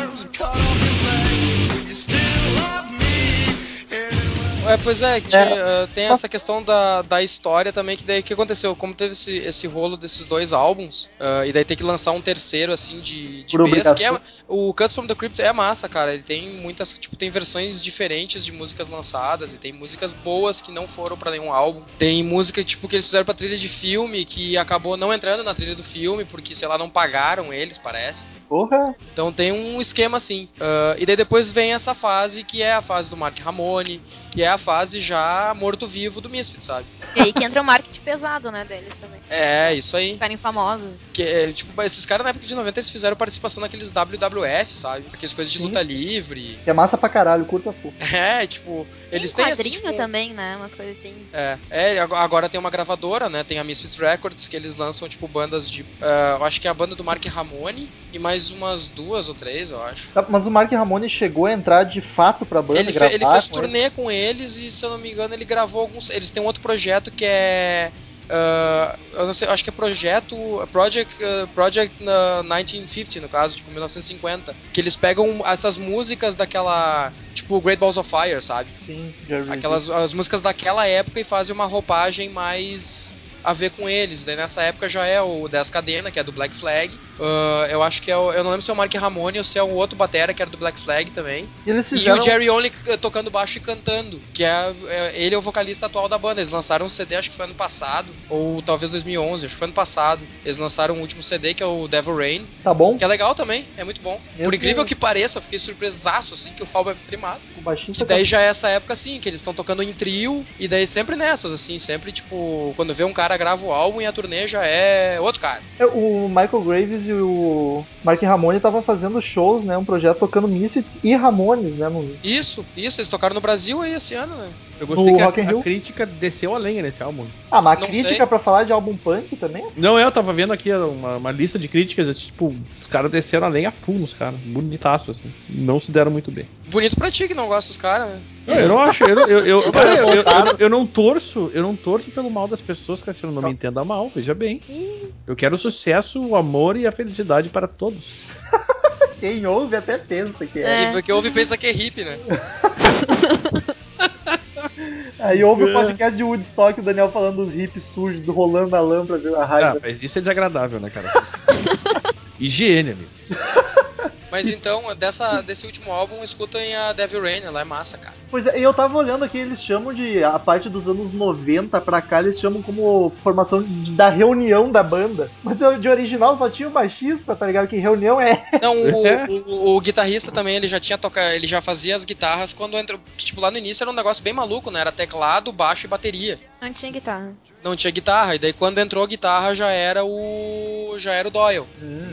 Speaker 3: arms and cut off your legs, you still love me anyway.
Speaker 1: É, pois é, que,
Speaker 4: É.
Speaker 1: eh, tem essa questão da, da história também, que daí o que aconteceu? Como teve esse, esse rolo desses dois álbuns, eh, e daí tem que lançar um terceiro, assim, de, de
Speaker 4: Por
Speaker 1: mês,
Speaker 4: obrigação.
Speaker 1: que é, o Cuts from the Crypt é massa, cara. Ele tem muitas, tipo, tem versões diferentes de músicas lançadas, e tem músicas boas que não foram pra nenhum álbum. Tem música, tipo, que eles fizeram pra trilha de filme, que acabou não entrando na trilha do filme, porque, sei lá, não pagaram eles, parece.
Speaker 4: Porra!
Speaker 1: Então tem um esquema assim. Ah, e daí depois vem essa fase que é a fase do Mark Ramone, que é a fase já morto-vivo do Misfits, sabe?
Speaker 6: E aí que entra o marketing pesado, né, deles também.
Speaker 1: É, isso aí.
Speaker 6: Ficarem famosos.
Speaker 1: Que, é, tipo, esses caras na época de 90 eles fizeram participação naqueles WWF, sabe? Aquelas coisas de
Speaker 4: Sim.
Speaker 1: luta livre.
Speaker 4: Que é massa pra caralho, curta pô.
Speaker 1: É, tipo, eles
Speaker 6: Tem um
Speaker 1: têm
Speaker 6: quadrinho
Speaker 1: esse tipo,
Speaker 6: também, né, umas coisas assim.
Speaker 1: É, é, ag- agora tem uma gravadora, né? Tem a Misfits Records, que eles lançam, tipo, bandas de. ah, eu acho que é a banda do Mark Ramone e mais umas duas ou três, eu acho.
Speaker 4: Tá, Mas o Mark Ramone chegou a entrar de fato pra banda
Speaker 1: Ele, fe-
Speaker 4: gravar
Speaker 1: ele fez
Speaker 4: com ele.
Speaker 1: turnê com eles e, se eu não me engano, ele gravou alguns. Eles têm um outro projeto que é. ah, eu não sei, eu acho que é projeto. Project, ah, Project na 1950, no caso, tipo 1950. Que eles pegam essas músicas daquela. Tipo Great Balls of Fire, sabe?
Speaker 4: Sim, Jerry.
Speaker 1: Aquelas as músicas daquela época e fazem uma roupagem mais a ver com eles. Daí nessa época já é o 10 Cadena, que é do Black Flag. Ah, eu acho que é o, Eu não lembro se é o Mark Ramone ou se é o outro Batera, que era do Black Flag também.
Speaker 4: E eles
Speaker 1: E
Speaker 4: fizeram.
Speaker 1: o Jerry Only eh, tocando baixo e cantando, que é, é- ele é o vocalista atual da banda. Eles lançaram um CD, acho que foi ano passado, ou talvez 2011, acho que foi ano passado. Eles lançaram o último CD, que é o Devil Rain,
Speaker 4: Tá bom?
Speaker 1: que é legal também, é muito bom.
Speaker 4: Mesmo-
Speaker 1: Por incrível que pareça, eu fiquei surpresaço, assim, que o álbum é trimassa.
Speaker 4: O baixista
Speaker 1: Que daí já é essa época, assim, que eles estão tocando em trio, e daí sempre nessas, assim, sempre, tipo, quando vê um cara grava o álbum e a turnê já é outro cara.
Speaker 4: É, O Michael Graves e o Mark Ramone estavam fazendo shows, né? Um projeto tocando Misfits e Ramones, né? No...
Speaker 1: Isso, isso, eles tocaram no Brasil aí esse ano, né?
Speaker 5: Eu gostei
Speaker 4: No
Speaker 5: que
Speaker 4: Rock in
Speaker 5: a- a,
Speaker 4: Rio?
Speaker 5: crítica desceu a lenha nesse álbum.
Speaker 4: Ah, mas a
Speaker 1: Não
Speaker 4: crítica
Speaker 1: sei.
Speaker 4: pra falar de álbum punk também? é
Speaker 5: Não, é, eu tava vendo aqui uma, uma lista de críticas, é tipo, os caras desceram a lenha a full nos caras. Bonitaço, assim. Não se deram muito bem.
Speaker 1: Bonito pra ti que não gosta dos caras, né?
Speaker 5: Não, eu não acho. Eu, não- eu, eu,
Speaker 4: Não,
Speaker 5: cara,
Speaker 4: é
Speaker 5: eu, eu-
Speaker 4: voltado.
Speaker 5: eu não- eu não torço, eu não torço pelo mal das pessoas,
Speaker 1: Tá.
Speaker 5: Cassiano. Não me entenda mal, veja bem. Eu quero o sucesso, o amor e a felicidade para todos.
Speaker 4: Quem ouve até pensa que é.
Speaker 6: É.
Speaker 1: Que, que ouve e pensa que é hippie, né?
Speaker 4: Aí ouve o podcast de Woodstock, o Daniel falando dos hips sujos, do rolando a lã pra ver a
Speaker 5: Ah,
Speaker 4: raiva.
Speaker 5: mas isso é desagradável, né, cara? Higiene, amigo.
Speaker 1: Mas então, dessa, desse último álbum, escutem a Devil Rain, ela é massa, cara.
Speaker 4: Pois é, e eu tava olhando aqui, eles chamam de. A parte dos anos 90 pra cá, eles chamam como formação de- da reunião da banda. Mas de original só tinha o baixista, tá ligado? Que reunião é.
Speaker 1: Não, o, o- o guitarrista também, ele já tinha tocado, ele já fazia as guitarras quando entrou. que, Tipo, lá no início era um negócio bem maluco, né? Era teclado, baixo e bateria.
Speaker 6: Não tinha tá. guitarra.
Speaker 1: Não tinha guitarra, e daí quando entrou a guitarra já era o. já era o Doyle.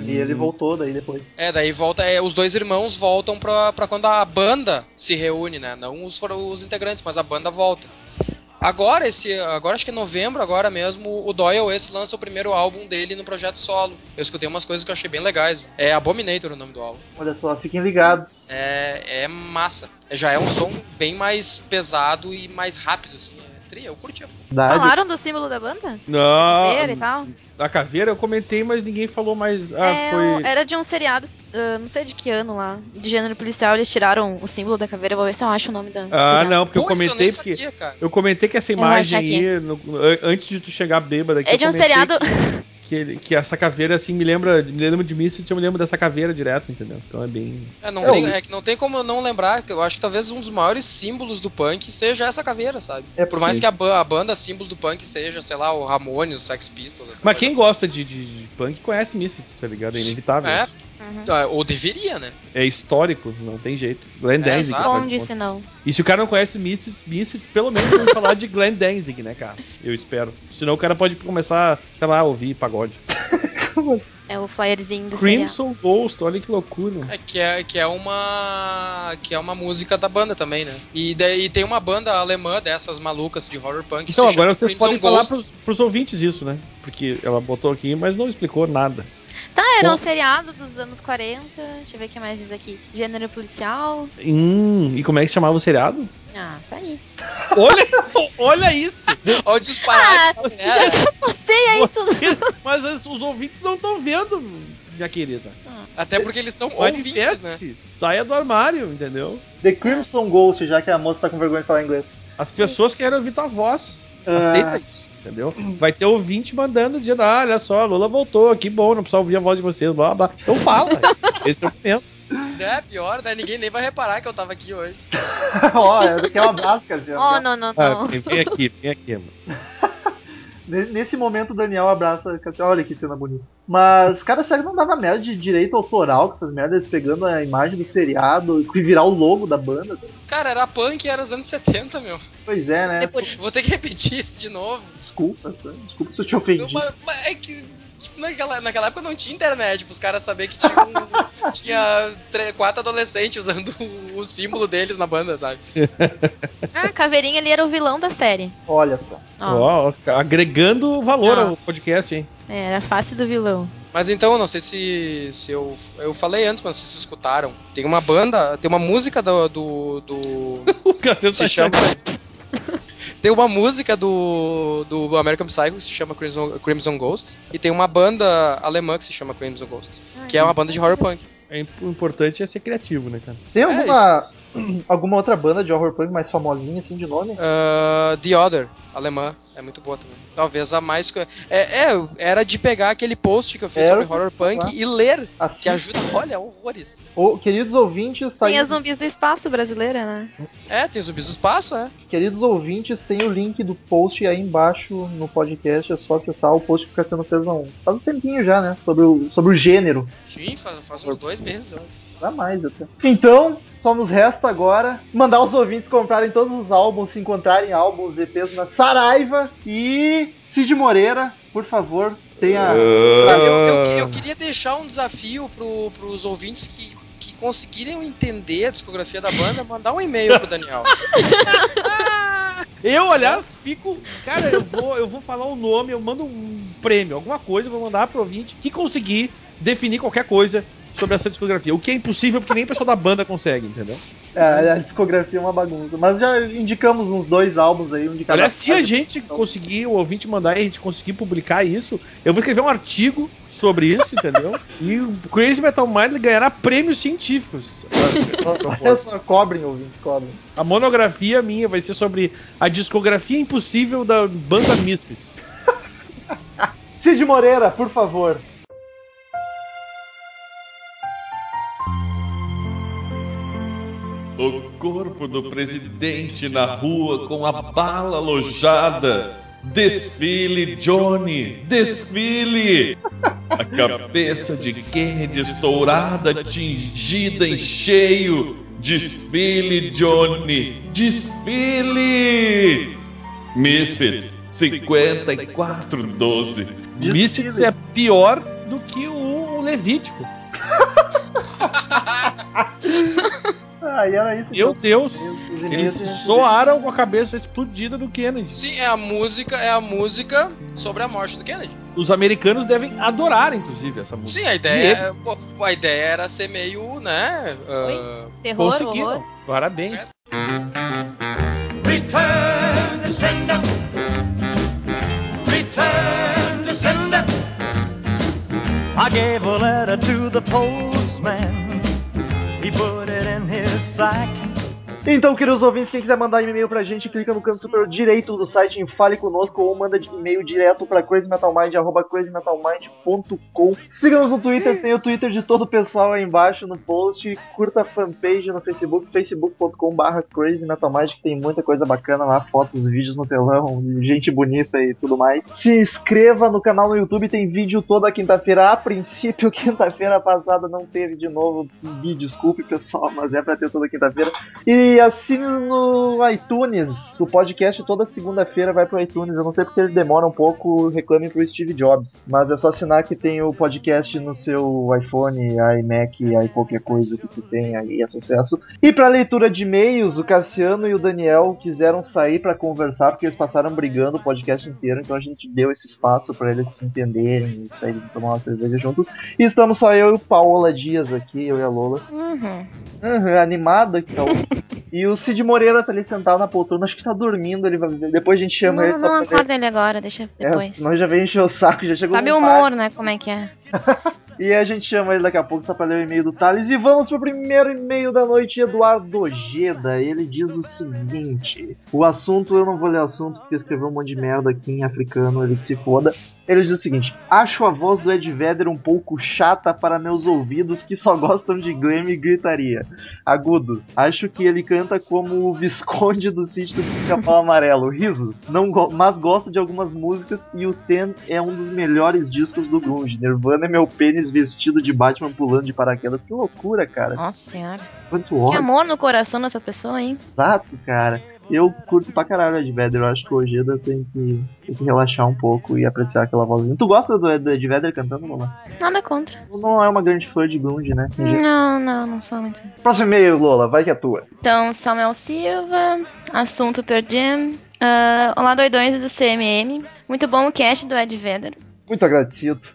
Speaker 4: E ele voltou daí depois.
Speaker 1: É, daí volta. é, os dois irmãos voltam pra, pra quando a banda se reúne, né? Não os, for- os integrantes, mas a banda volta. Agora, esse. Agora acho que é novembro, agora mesmo, o Doyle esse lança o primeiro álbum dele no projeto solo. Eu escutei umas coisas que eu achei bem legais. É Abominator o nome do álbum.
Speaker 4: Olha só, fiquem ligados.
Speaker 1: É, é massa. Já é um som bem mais pesado e mais rápido, assim. É tri, eu curti.
Speaker 5: Ah,
Speaker 4: Dá,
Speaker 6: Falaram do símbolo da banda? Caveira e
Speaker 5: Não,
Speaker 6: tal?
Speaker 5: a caveira eu comentei, mas ninguém falou mais. Ah,
Speaker 6: É,
Speaker 5: foi.
Speaker 6: Era de um seriado, ah, não sei de que ano lá, de gênero policial, eles tiraram o símbolo da caveira, vou ver se eu acho o nome da
Speaker 5: Ah,
Speaker 6: seriado.
Speaker 5: não, porque eu
Speaker 1: Pô, isso
Speaker 5: comentei
Speaker 1: nem
Speaker 5: porque.
Speaker 1: sabia, cara.
Speaker 5: Eu comentei que essa
Speaker 6: vou
Speaker 5: imagem
Speaker 6: achar aqui.
Speaker 5: aí, no- an- antes de tu chegar bêbada aqui,
Speaker 6: É
Speaker 5: eu
Speaker 6: de um
Speaker 5: comentei
Speaker 6: seriado,
Speaker 5: que, ele- que essa caveira, assim, me lembra, me lembra de Misfits, eu me lembro dessa caveira direto, entendeu? Então é bem...
Speaker 1: É, não
Speaker 4: É,
Speaker 1: tem,
Speaker 4: o-
Speaker 1: é que não tem como eu não lembrar, que eu acho que talvez um dos maiores símbolos do punk seja essa caveira, sabe?
Speaker 4: É
Speaker 1: Por mais
Speaker 4: possível.
Speaker 1: que a, ba- a banda símbolo do punk seja, sei lá, o Ramones, o Sex Pistols, essa
Speaker 5: Mas
Speaker 1: coisa.
Speaker 5: quem gosta de, de, de punk conhece Misfits, tá ligado? É inevitável.
Speaker 1: É.
Speaker 5: isso.
Speaker 6: Uhum.
Speaker 1: Ah, Ou deveria, né?
Speaker 5: É, histórico, não tem jeito. Glenn
Speaker 1: É,
Speaker 5: Danzig.
Speaker 1: exato.
Speaker 5: afinal de
Speaker 6: onde
Speaker 5: contas.
Speaker 6: se não.
Speaker 5: E se o cara não conhece Misfits, Misfits pelo menos vamos falar de Glenn Danzig, né, cara? Eu espero. Senão o cara pode começar, sei lá, a ouvir pagode.
Speaker 6: É o flyerzinho do seriado.
Speaker 5: Crimson Ghost, olha que loucura.
Speaker 1: É que é, que é uma que é uma música da banda também, né? E, daí- e tem uma banda alemã dessas malucas de horror punk. que
Speaker 5: Então,
Speaker 1: se chama
Speaker 5: agora vocês
Speaker 1: Crimson
Speaker 5: podem falar
Speaker 1: Ghost.
Speaker 5: pros, pros ouvintes isso, né? Porque ela botou aqui, mas não explicou nada.
Speaker 6: Tá, era um
Speaker 5: Bom.
Speaker 6: seriado dos anos 40, deixa eu ver o que mais diz aqui. Gênero policial,
Speaker 5: Hum, e como é que chamava o seriado?
Speaker 6: ah, tá aí.
Speaker 5: Olha, olha isso!
Speaker 1: Olha o disparate.
Speaker 6: Ah,
Speaker 1: que
Speaker 5: você
Speaker 1: era.
Speaker 5: Vocês- mas as- os ouvintes não estão vendo, minha querida.
Speaker 1: Até porque eles são ouvintes, né?
Speaker 5: Manifeste, saia do armário, entendeu?
Speaker 4: The Crimson Ghost, já que a moça tá com vergonha de falar inglês.
Speaker 5: As pessoas querem ouvir tua voz.
Speaker 4: Ah.
Speaker 5: Aceita isso, entendeu? Vai ter ouvinte mandando dizendo: ah, olha só, a Lula voltou, que bom, não precisa ouvir a voz de vocês, blá blá. blá." Então fala. Esse é o momento.
Speaker 1: É, pior, né? Ninguém nem vai reparar que eu tava aqui hoje.
Speaker 4: Ó, eu quero um abraço, Cassiano.
Speaker 6: Oh, não, não,
Speaker 5: Ah,
Speaker 6: não.
Speaker 5: vem- vem aqui, vem aqui, mano.
Speaker 4: Ne- Nesse momento, o Daniel abraça a Cassiano. Olha que cena bonita. Mas, cara, sério, não dava merda de direito autoral com essas merdas eles pegando a imagem do seriado e virar o logo da banda?
Speaker 1: Cara, era punk, era os anos 70, meu.
Speaker 4: Pois é, né?
Speaker 6: Depois
Speaker 1: Vou ter que repetir isso de novo.
Speaker 4: Desculpa, tá? desculpa se eu te
Speaker 1: Não,
Speaker 4: ofendi.
Speaker 1: mas, mas é que tipo, naquela, naquela época não tinha internet, pros caras saber que tinha, um, tinha tre- quatro adolescentes usando o, o símbolo deles na banda, sabe?
Speaker 6: Ah, Caveirinha ali era o vilão da série.
Speaker 4: Olha só.
Speaker 1: Ah.
Speaker 6: Ó,
Speaker 5: Ó, agregando valor
Speaker 6: Ah.
Speaker 5: ao podcast, hein?
Speaker 6: é, era a face do vilão.
Speaker 1: Mas então, não sei se, se eu. Eu falei antes, mas vocês escutaram. Tem uma banda, tem uma música do. do, do
Speaker 5: O Cassiano tá
Speaker 1: se chama.
Speaker 5: achando-
Speaker 1: Tem uma música do, do American Psycho que se chama Crimson, Crimson Ghost. E tem uma banda alemã que se chama Crimson Ghost. Que é uma banda de horror punk.
Speaker 5: É imp- O importante é ser criativo, né, cara?
Speaker 4: Tem alguma, alguma outra banda de horror punk mais famosinha, assim, de nome?
Speaker 1: Ah, The Other, alemã, é muito boa também. Talvez a mais. co- É, é, era de pegar aquele post que eu fiz
Speaker 4: Era
Speaker 1: sobre
Speaker 4: o que
Speaker 1: horror punk
Speaker 4: falar.
Speaker 1: e ler, que
Speaker 4: Assim,
Speaker 1: ajuda. Olha, horrores.
Speaker 4: ô, queridos ouvintes, tá aí,
Speaker 6: Tinha zumbis do espaço brasileira, né?
Speaker 1: É, tem zumbis do espaço, é.
Speaker 4: queridos ouvintes, tem o link do post aí embaixo no podcast, é só acessar o post que fica sendo fez há um- faz um tempinho já, né? Sobre o, sobre o gênero.
Speaker 1: Sim, faz, faz uns dois meses. eu acho.
Speaker 4: Dá mais até. Então, só nos resta agora mandar os ouvintes comprarem todos os álbuns, se encontrarem álbuns, EPs na Saraiva. E Cid Moreira, por favor,
Speaker 5: Ah.
Speaker 4: tenha.
Speaker 1: Ah, Eu, eu- eu queria deixar um desafio pro, pros ouvintes que, que conseguirem entender a discografia da banda, mandar um e-mail pro Daniel.
Speaker 5: Eu, aliás, fico. Cara, eu vou, eu vou falar o nome, eu mando um prêmio, alguma coisa, eu vou mandar pro ouvinte que conseguir definir qualquer coisa sobre essa discografia. O que é impossível porque nem o pessoal da banda consegue, entendeu?
Speaker 4: É, a discografia é uma bagunça. Mas já indicamos uns dois álbuns aí, um de cada.
Speaker 5: Aliás, se a gente conseguir, o ouvinte mandar e a gente conseguir publicar isso, eu vou escrever um artigo sobre isso, entendeu? E o Crazy Metal Mind ganhará prêmios científicos.
Speaker 4: Olha só, cobrem, ouvinte, cobrem.
Speaker 5: A monografia minha vai ser sobre a discografia impossível da banda Misfits.
Speaker 4: Cid Moreira, por favor.
Speaker 5: O corpo do presidente na rua com a bala alojada. Desfile, Johnny, desfile! A cabeça de Kennedy estourada, tingida em cheio. Desfile, Johnny, desfile! Misfits 5412. Misfits é pior do que o Levítico.
Speaker 4: Ah, e era isso.
Speaker 5: Meu
Speaker 4: então.
Speaker 5: Deus!
Speaker 4: Os
Speaker 5: Eles
Speaker 4: e-mails a gente-
Speaker 5: soaram com a cabeça explodida do Kennedy.
Speaker 1: Sim, é a música, é a música sobre a morte do Kennedy.
Speaker 5: Os americanos devem adorar, inclusive, essa música.
Speaker 1: Sim, a
Speaker 5: E
Speaker 1: ideia,
Speaker 5: ele?
Speaker 1: é- pô, a ideia era ser meio, né? ah,
Speaker 6: Terror,
Speaker 5: Conseguiram.
Speaker 6: horror.
Speaker 5: Parabéns.
Speaker 3: Return to sender. Return to sender. I gave a letter to the postman. He put it in his sack.
Speaker 4: Então, queridos ouvintes, quem quiser mandar e-mail pra gente, clica no canto superior direito do site em Fale Conosco ou manda de e-mail direto pra crazymetalmind, arroba crazymetalmind.com. Siga-nos no Twitter, tem o Twitter de todo o pessoal aí embaixo no post. Curta a fanpage no Facebook, facebook.com crazymetalmind, que tem muita coisa bacana lá, fotos, vídeos no telão, gente bonita e tudo mais. Se inscreva no canal no YouTube, tem vídeo toda quinta-feira. A princípio, quinta-feira passada não teve de novo. Me desculpe, pessoal, mas é pra ter toda quinta-feira. E assine no iTunes. O podcast toda segunda-feira vai pro iTunes. Eu não sei porque ele demora um pouco, reclame pro Steve Jobs. Mas é só assinar que tem o podcast no seu iPhone, iMac, aí qualquer coisa que tu tem aí é sucesso. E pra leitura de e-mails, o Cassiano e o Daniel quiseram sair pra conversar porque eles passaram brigando o podcast inteiro, então a gente deu esse espaço pra eles se entenderem e saírem tomar uma cerveja juntos. E estamos só eu e o Paola Dias aqui, eu e a Lola.
Speaker 6: Uhum.
Speaker 4: Aham, animada que tá o- E o Cid Moreira tá ali sentado na poltrona, acho que tá dormindo, ele vai... depois a gente
Speaker 6: Não,
Speaker 4: chama ele
Speaker 6: não
Speaker 4: só pra
Speaker 6: acorda ele agora, deixa
Speaker 4: É,
Speaker 6: depois.
Speaker 4: senão ele já vem encher o saco, já chegou
Speaker 6: Sabe
Speaker 4: no
Speaker 6: o
Speaker 4: bar.
Speaker 6: humor, né? Como é que é?
Speaker 4: E a gente chama ele daqui a pouco só pra ler o e-mail do Thales. E vamos pro primeiro e-mail da noite, Eduardo Ojeda. Ele diz o seguinte: O assunto, eu não vou ler o assunto porque escreveu um monte de merda aqui em africano, ele que se foda. Ele diz o seguinte: Acho a voz do Ed Vedder um pouco chata para meus ouvidos que só gostam de glam e gritaria. Agudos. Acho que ele canta como o Visconde do sítio do Pica-Pau Amarelo. Risos. Não go- mas gosto de algumas músicas e o Ten é um dos melhores discos do Grunge. Nirvana é meu pênis vestido de Batman pulando de paraquedas. Que loucura, cara.
Speaker 6: Nossa senhora.
Speaker 4: Quanto
Speaker 6: Que
Speaker 4: ódio.
Speaker 6: amor no coração dessa pessoa, hein?
Speaker 4: Exato, cara. Eu curto pra caralho Ed Vedder. Eu acho que o Ojeda tem que, tem que relaxar um pouco e apreciar aquela vozinha. Tu gosta do, do Ed Vedder cantando, Lola?
Speaker 6: Nada contra.
Speaker 4: Tu Não é uma grande fã de Grunge, né? Tem jeito.
Speaker 6: Não, não, não sou muito.
Speaker 4: Próximo e-mail, Lola. Vai que é tua.
Speaker 6: Então, Samuel Silva, assunto Pearl Jam. Ah, olá, doidões do CMM. Muito bom o cast do Ed Vedder.
Speaker 4: Muito agradecido.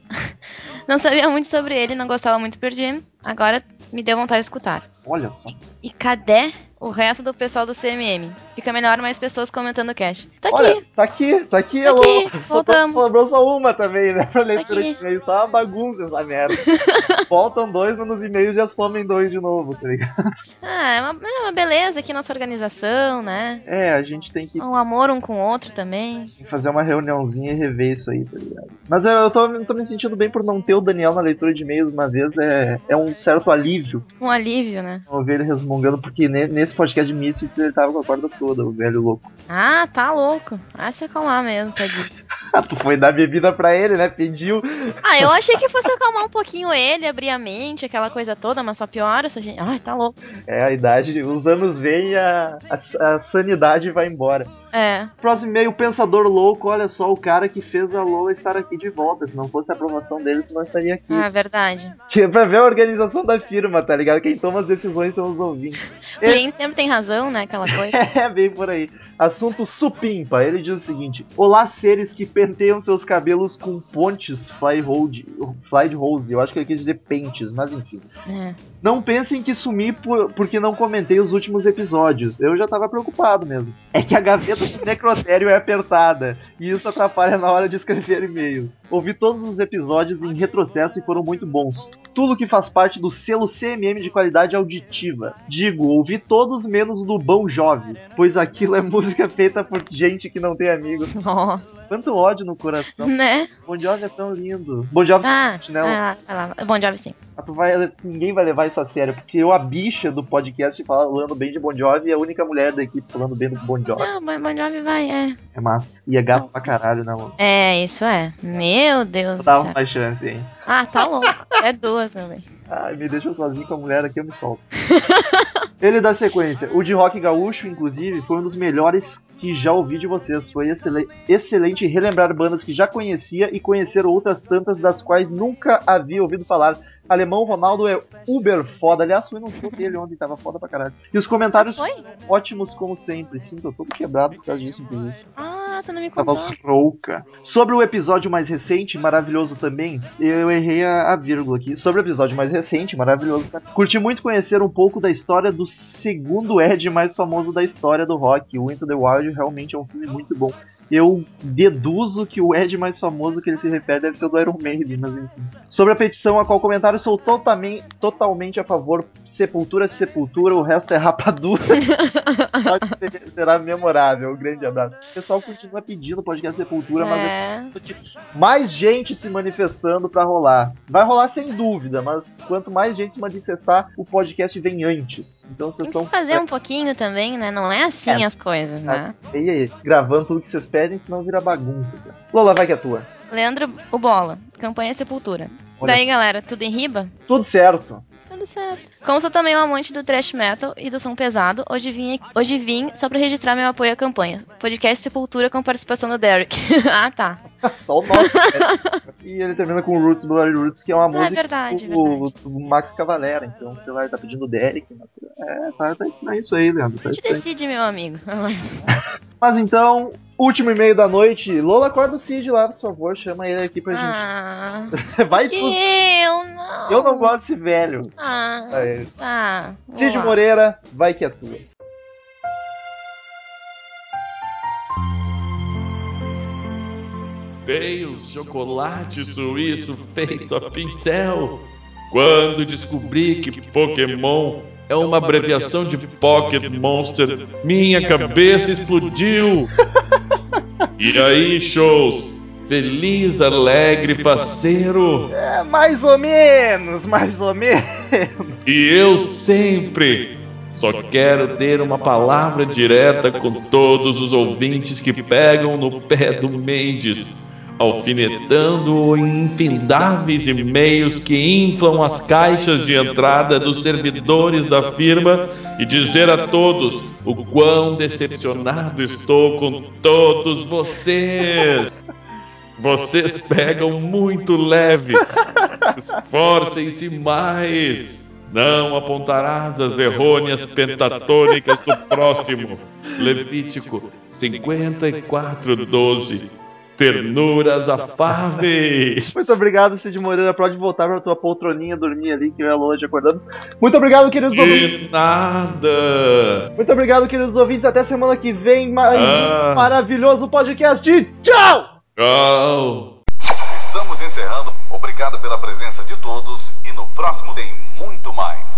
Speaker 6: Não sabia muito sobre ele, não gostava muito do Pearl Jam. Agora me deu vontade de escutar.
Speaker 4: Olha só.
Speaker 6: E cadê o resto do pessoal do CMM? Fica melhor mais pessoas comentando o cast. Tá aqui.
Speaker 4: Olha, tá aqui, tá aqui,
Speaker 6: Tá
Speaker 4: alô.
Speaker 6: aqui, voltamos.
Speaker 4: Sobrou, sobrou só uma também, né? Pra leitura
Speaker 6: aqui.
Speaker 4: de e-mail. Tá uma bagunça essa merda. Faltam dois, mas nos e-mails já somem dois de novo, tá ligado?
Speaker 6: Ah, é uma, é uma beleza aqui nossa organização, né?
Speaker 4: É, a gente tem que
Speaker 6: Um amor um com o outro também.
Speaker 4: fazer uma reuniãozinha e rever isso aí, tá ligado? Mas eu, eu tô, eu tô me sentindo bem por não ter o Daniel na leitura de e-mails uma vez. É, é um certo alívio
Speaker 6: Um alívio, né?
Speaker 4: ouvir ele resmungando, porque ne- nesse podcast de Misfits ele tava com a corda toda, o velho louco.
Speaker 6: Ah, tá louco. Ah, se acalmar mesmo, tadinho.
Speaker 4: Ah, tu foi dar bebida pra ele, né? Pediu.
Speaker 6: Ah, eu achei que fosse acalmar um pouquinho ele, abrir a mente, aquela coisa toda, mas só piora essa gente. Ai, tá louco.
Speaker 4: É, a idade, os anos vêm e a- a, a sanidade vai embora.
Speaker 6: É.
Speaker 4: Próximo e-mail, Pensador Louco, olha só, o cara que fez a Lola estar aqui de volta. Se não fosse a aprovação dele, tu não estaria aqui. é
Speaker 6: Ah, verdade.
Speaker 4: Que é pra ver a organização da firma, tá ligado? Quem toma as decisões são os ouvintes.
Speaker 6: O Lindsay sempre tem razão, né? Aquela coisa.
Speaker 4: É, bem por aí. Assunto supimpa. Ele diz o seguinte: Olá, seres que penteiam seus cabelos com pontes fly hold, fly rose. Eu acho que ele quis dizer pentes, mas enfim.
Speaker 6: É.
Speaker 4: Não pensem que sumi por- porque não comentei os últimos episódios. Eu já tava preocupado mesmo. É que a gaveta do necrotério é apertada e isso atrapalha na hora de escrever e-mails. Ouvi todos os episódios em retrocesso e foram muito bons. Tudo que faz parte do selo CMM de qualidade auditiva. Digo, ouvi todos menos o do Bom Jovem, pois aquilo é música feita por gente que não tem amigo.
Speaker 6: Nossa,
Speaker 4: Quanto ódio no coração.
Speaker 6: né?
Speaker 4: Bon Jovi é tão lindo. Bon Jovi
Speaker 6: Ah,
Speaker 4: Chinelo.
Speaker 6: ah, vai lá. Bom Jovi, sim.
Speaker 4: Ah, Tu vai, ninguém vai levar isso a sério, porque eu, a bicha do podcast falando bem de Bon Jovi, e a única mulher da equipe falando bem do Bon Jovi.
Speaker 6: Ah, Bon Bon Jovi vai, é.
Speaker 4: É massa. E é gato pra caralho, né, mano?
Speaker 6: É, isso é. Meu Deus
Speaker 4: Eu
Speaker 6: do
Speaker 4: dava
Speaker 6: céu.
Speaker 4: uma chance, hein?
Speaker 6: Ah, tá louco. É duas, meu bem.
Speaker 4: Ai, me deixa sozinho com a mulher aqui, eu me solto. Ele dá sequência. O de rock gaúcho, inclusive, foi um dos melhores que já ouvi de vocês. Foi excele- excelente relembrar bandas que já conhecia e conhecer outras tantas das quais nunca havia ouvido falar. Alemão Ronaldo é uber foda. Aliás, fui num show dele ontem, tava foda pra caralho. E os comentários
Speaker 6: Foi?
Speaker 4: ótimos como sempre. Sinto, eu tô quebrado por causa disso, inclusive.
Speaker 6: Ah, tu não me
Speaker 4: Essa
Speaker 6: contou.
Speaker 4: voz rouca. Sobre o episódio mais recente, maravilhoso também, eu errei a, a vírgula aqui. Sobre o episódio mais recente, maravilhoso tá? Curti muito conhecer um pouco da história do segundo Ed mais famoso da história do rock. O Into the Wild realmente é um filme muito bom. Eu deduzo que o Ed mais famoso que ele se refere deve ser o do Iron Maiden, mas enfim. Sobre a petição a qual comentário, sou totalmente, totalmente a favor. Sepultura, sepultura, o resto é rapadura. Só que seria- será memorável. Um grande abraço. O pessoal continua pedindo podcast Sepultura, mas é
Speaker 6: É.
Speaker 4: isso que mais gente se manifestando pra rolar. Vai rolar sem dúvida, mas quanto mais gente se manifestar, o podcast vem antes. Então vocês
Speaker 6: Tem que
Speaker 4: estão
Speaker 6: fazer um pouquinho também, né? Não é assim as coisas, né?
Speaker 4: e aí, gravando tudo que vocês pedem, senão vira bagunça. cara. Lola, vai que é tua.
Speaker 6: Leandro, o Bola. Campanha Sepultura.
Speaker 4: Olha.
Speaker 6: Daí, galera, tudo em riba?
Speaker 4: Tudo certo.
Speaker 6: Tudo certo. Como sou também um amante do thrash metal e do som pesado, hoje vim, hoje vim só pra registrar meu apoio à campanha. Podcast Sepultura com participação do Derek. ah, tá.
Speaker 4: Só o nosso. né? e ele termina com Roots, Bloody Roots, que é uma
Speaker 6: Ah, é
Speaker 4: música
Speaker 6: verdade, é
Speaker 4: do,
Speaker 6: verdade.
Speaker 4: do Max Cavalera. Então, sei lá, ele tá pedindo o Derek. Mas, é, tá, tá estranho isso aí, Leandro. Tá
Speaker 6: A gente
Speaker 4: estranho.
Speaker 6: decide, meu amigo.
Speaker 4: Mas então, último e-mail da noite. Lola, acorda o Cid lá, por favor. Chama ele aqui pra
Speaker 6: Ah,
Speaker 4: gente. Vai
Speaker 6: que
Speaker 4: tu-
Speaker 6: eu não.
Speaker 4: Eu não gosto É. desse velho.
Speaker 6: Ah,
Speaker 4: Aí.
Speaker 6: tá. Vamos
Speaker 4: Cid
Speaker 6: lá.
Speaker 4: Moreira, vai que é tua.
Speaker 5: Dei um chocolate suíço feito a pincel. Quando descobri que Pokémon é uma abreviação de Pocket Monster, minha cabeça explodiu. E aí, shows? Feliz, alegre, faceiro.
Speaker 4: É, mais ou menos, mais ou menos.
Speaker 5: E eu sempre só quero ter uma palavra direta com todos os ouvintes que pegam no pé do Mendes, alfinetando em infindáveis e-mails que inflam as caixas de entrada dos servidores da firma e dizer a todos o quão decepcionado estou com todos vocês. Vocês pegam muito leve. Esforcem-se mais. Não apontarás as errôneas pentatônicas do próximo. Levítico 54:12. Ternuras afáveis.
Speaker 4: Muito obrigado, Cid Moreira. Pode voltar pra tua poltroninha dormir ali, que eu e a Lola já acordamos. Muito obrigado, queridos ouvintes.
Speaker 5: De nada.
Speaker 4: Muito obrigado, queridos ouvintes. Até semana que vem. Mais
Speaker 5: Ah.
Speaker 4: um maravilhoso podcast. Tchau!
Speaker 5: Tchau.
Speaker 7: Estamos encerrando. Obrigado pela presença de todos e no próximo tem muito mais.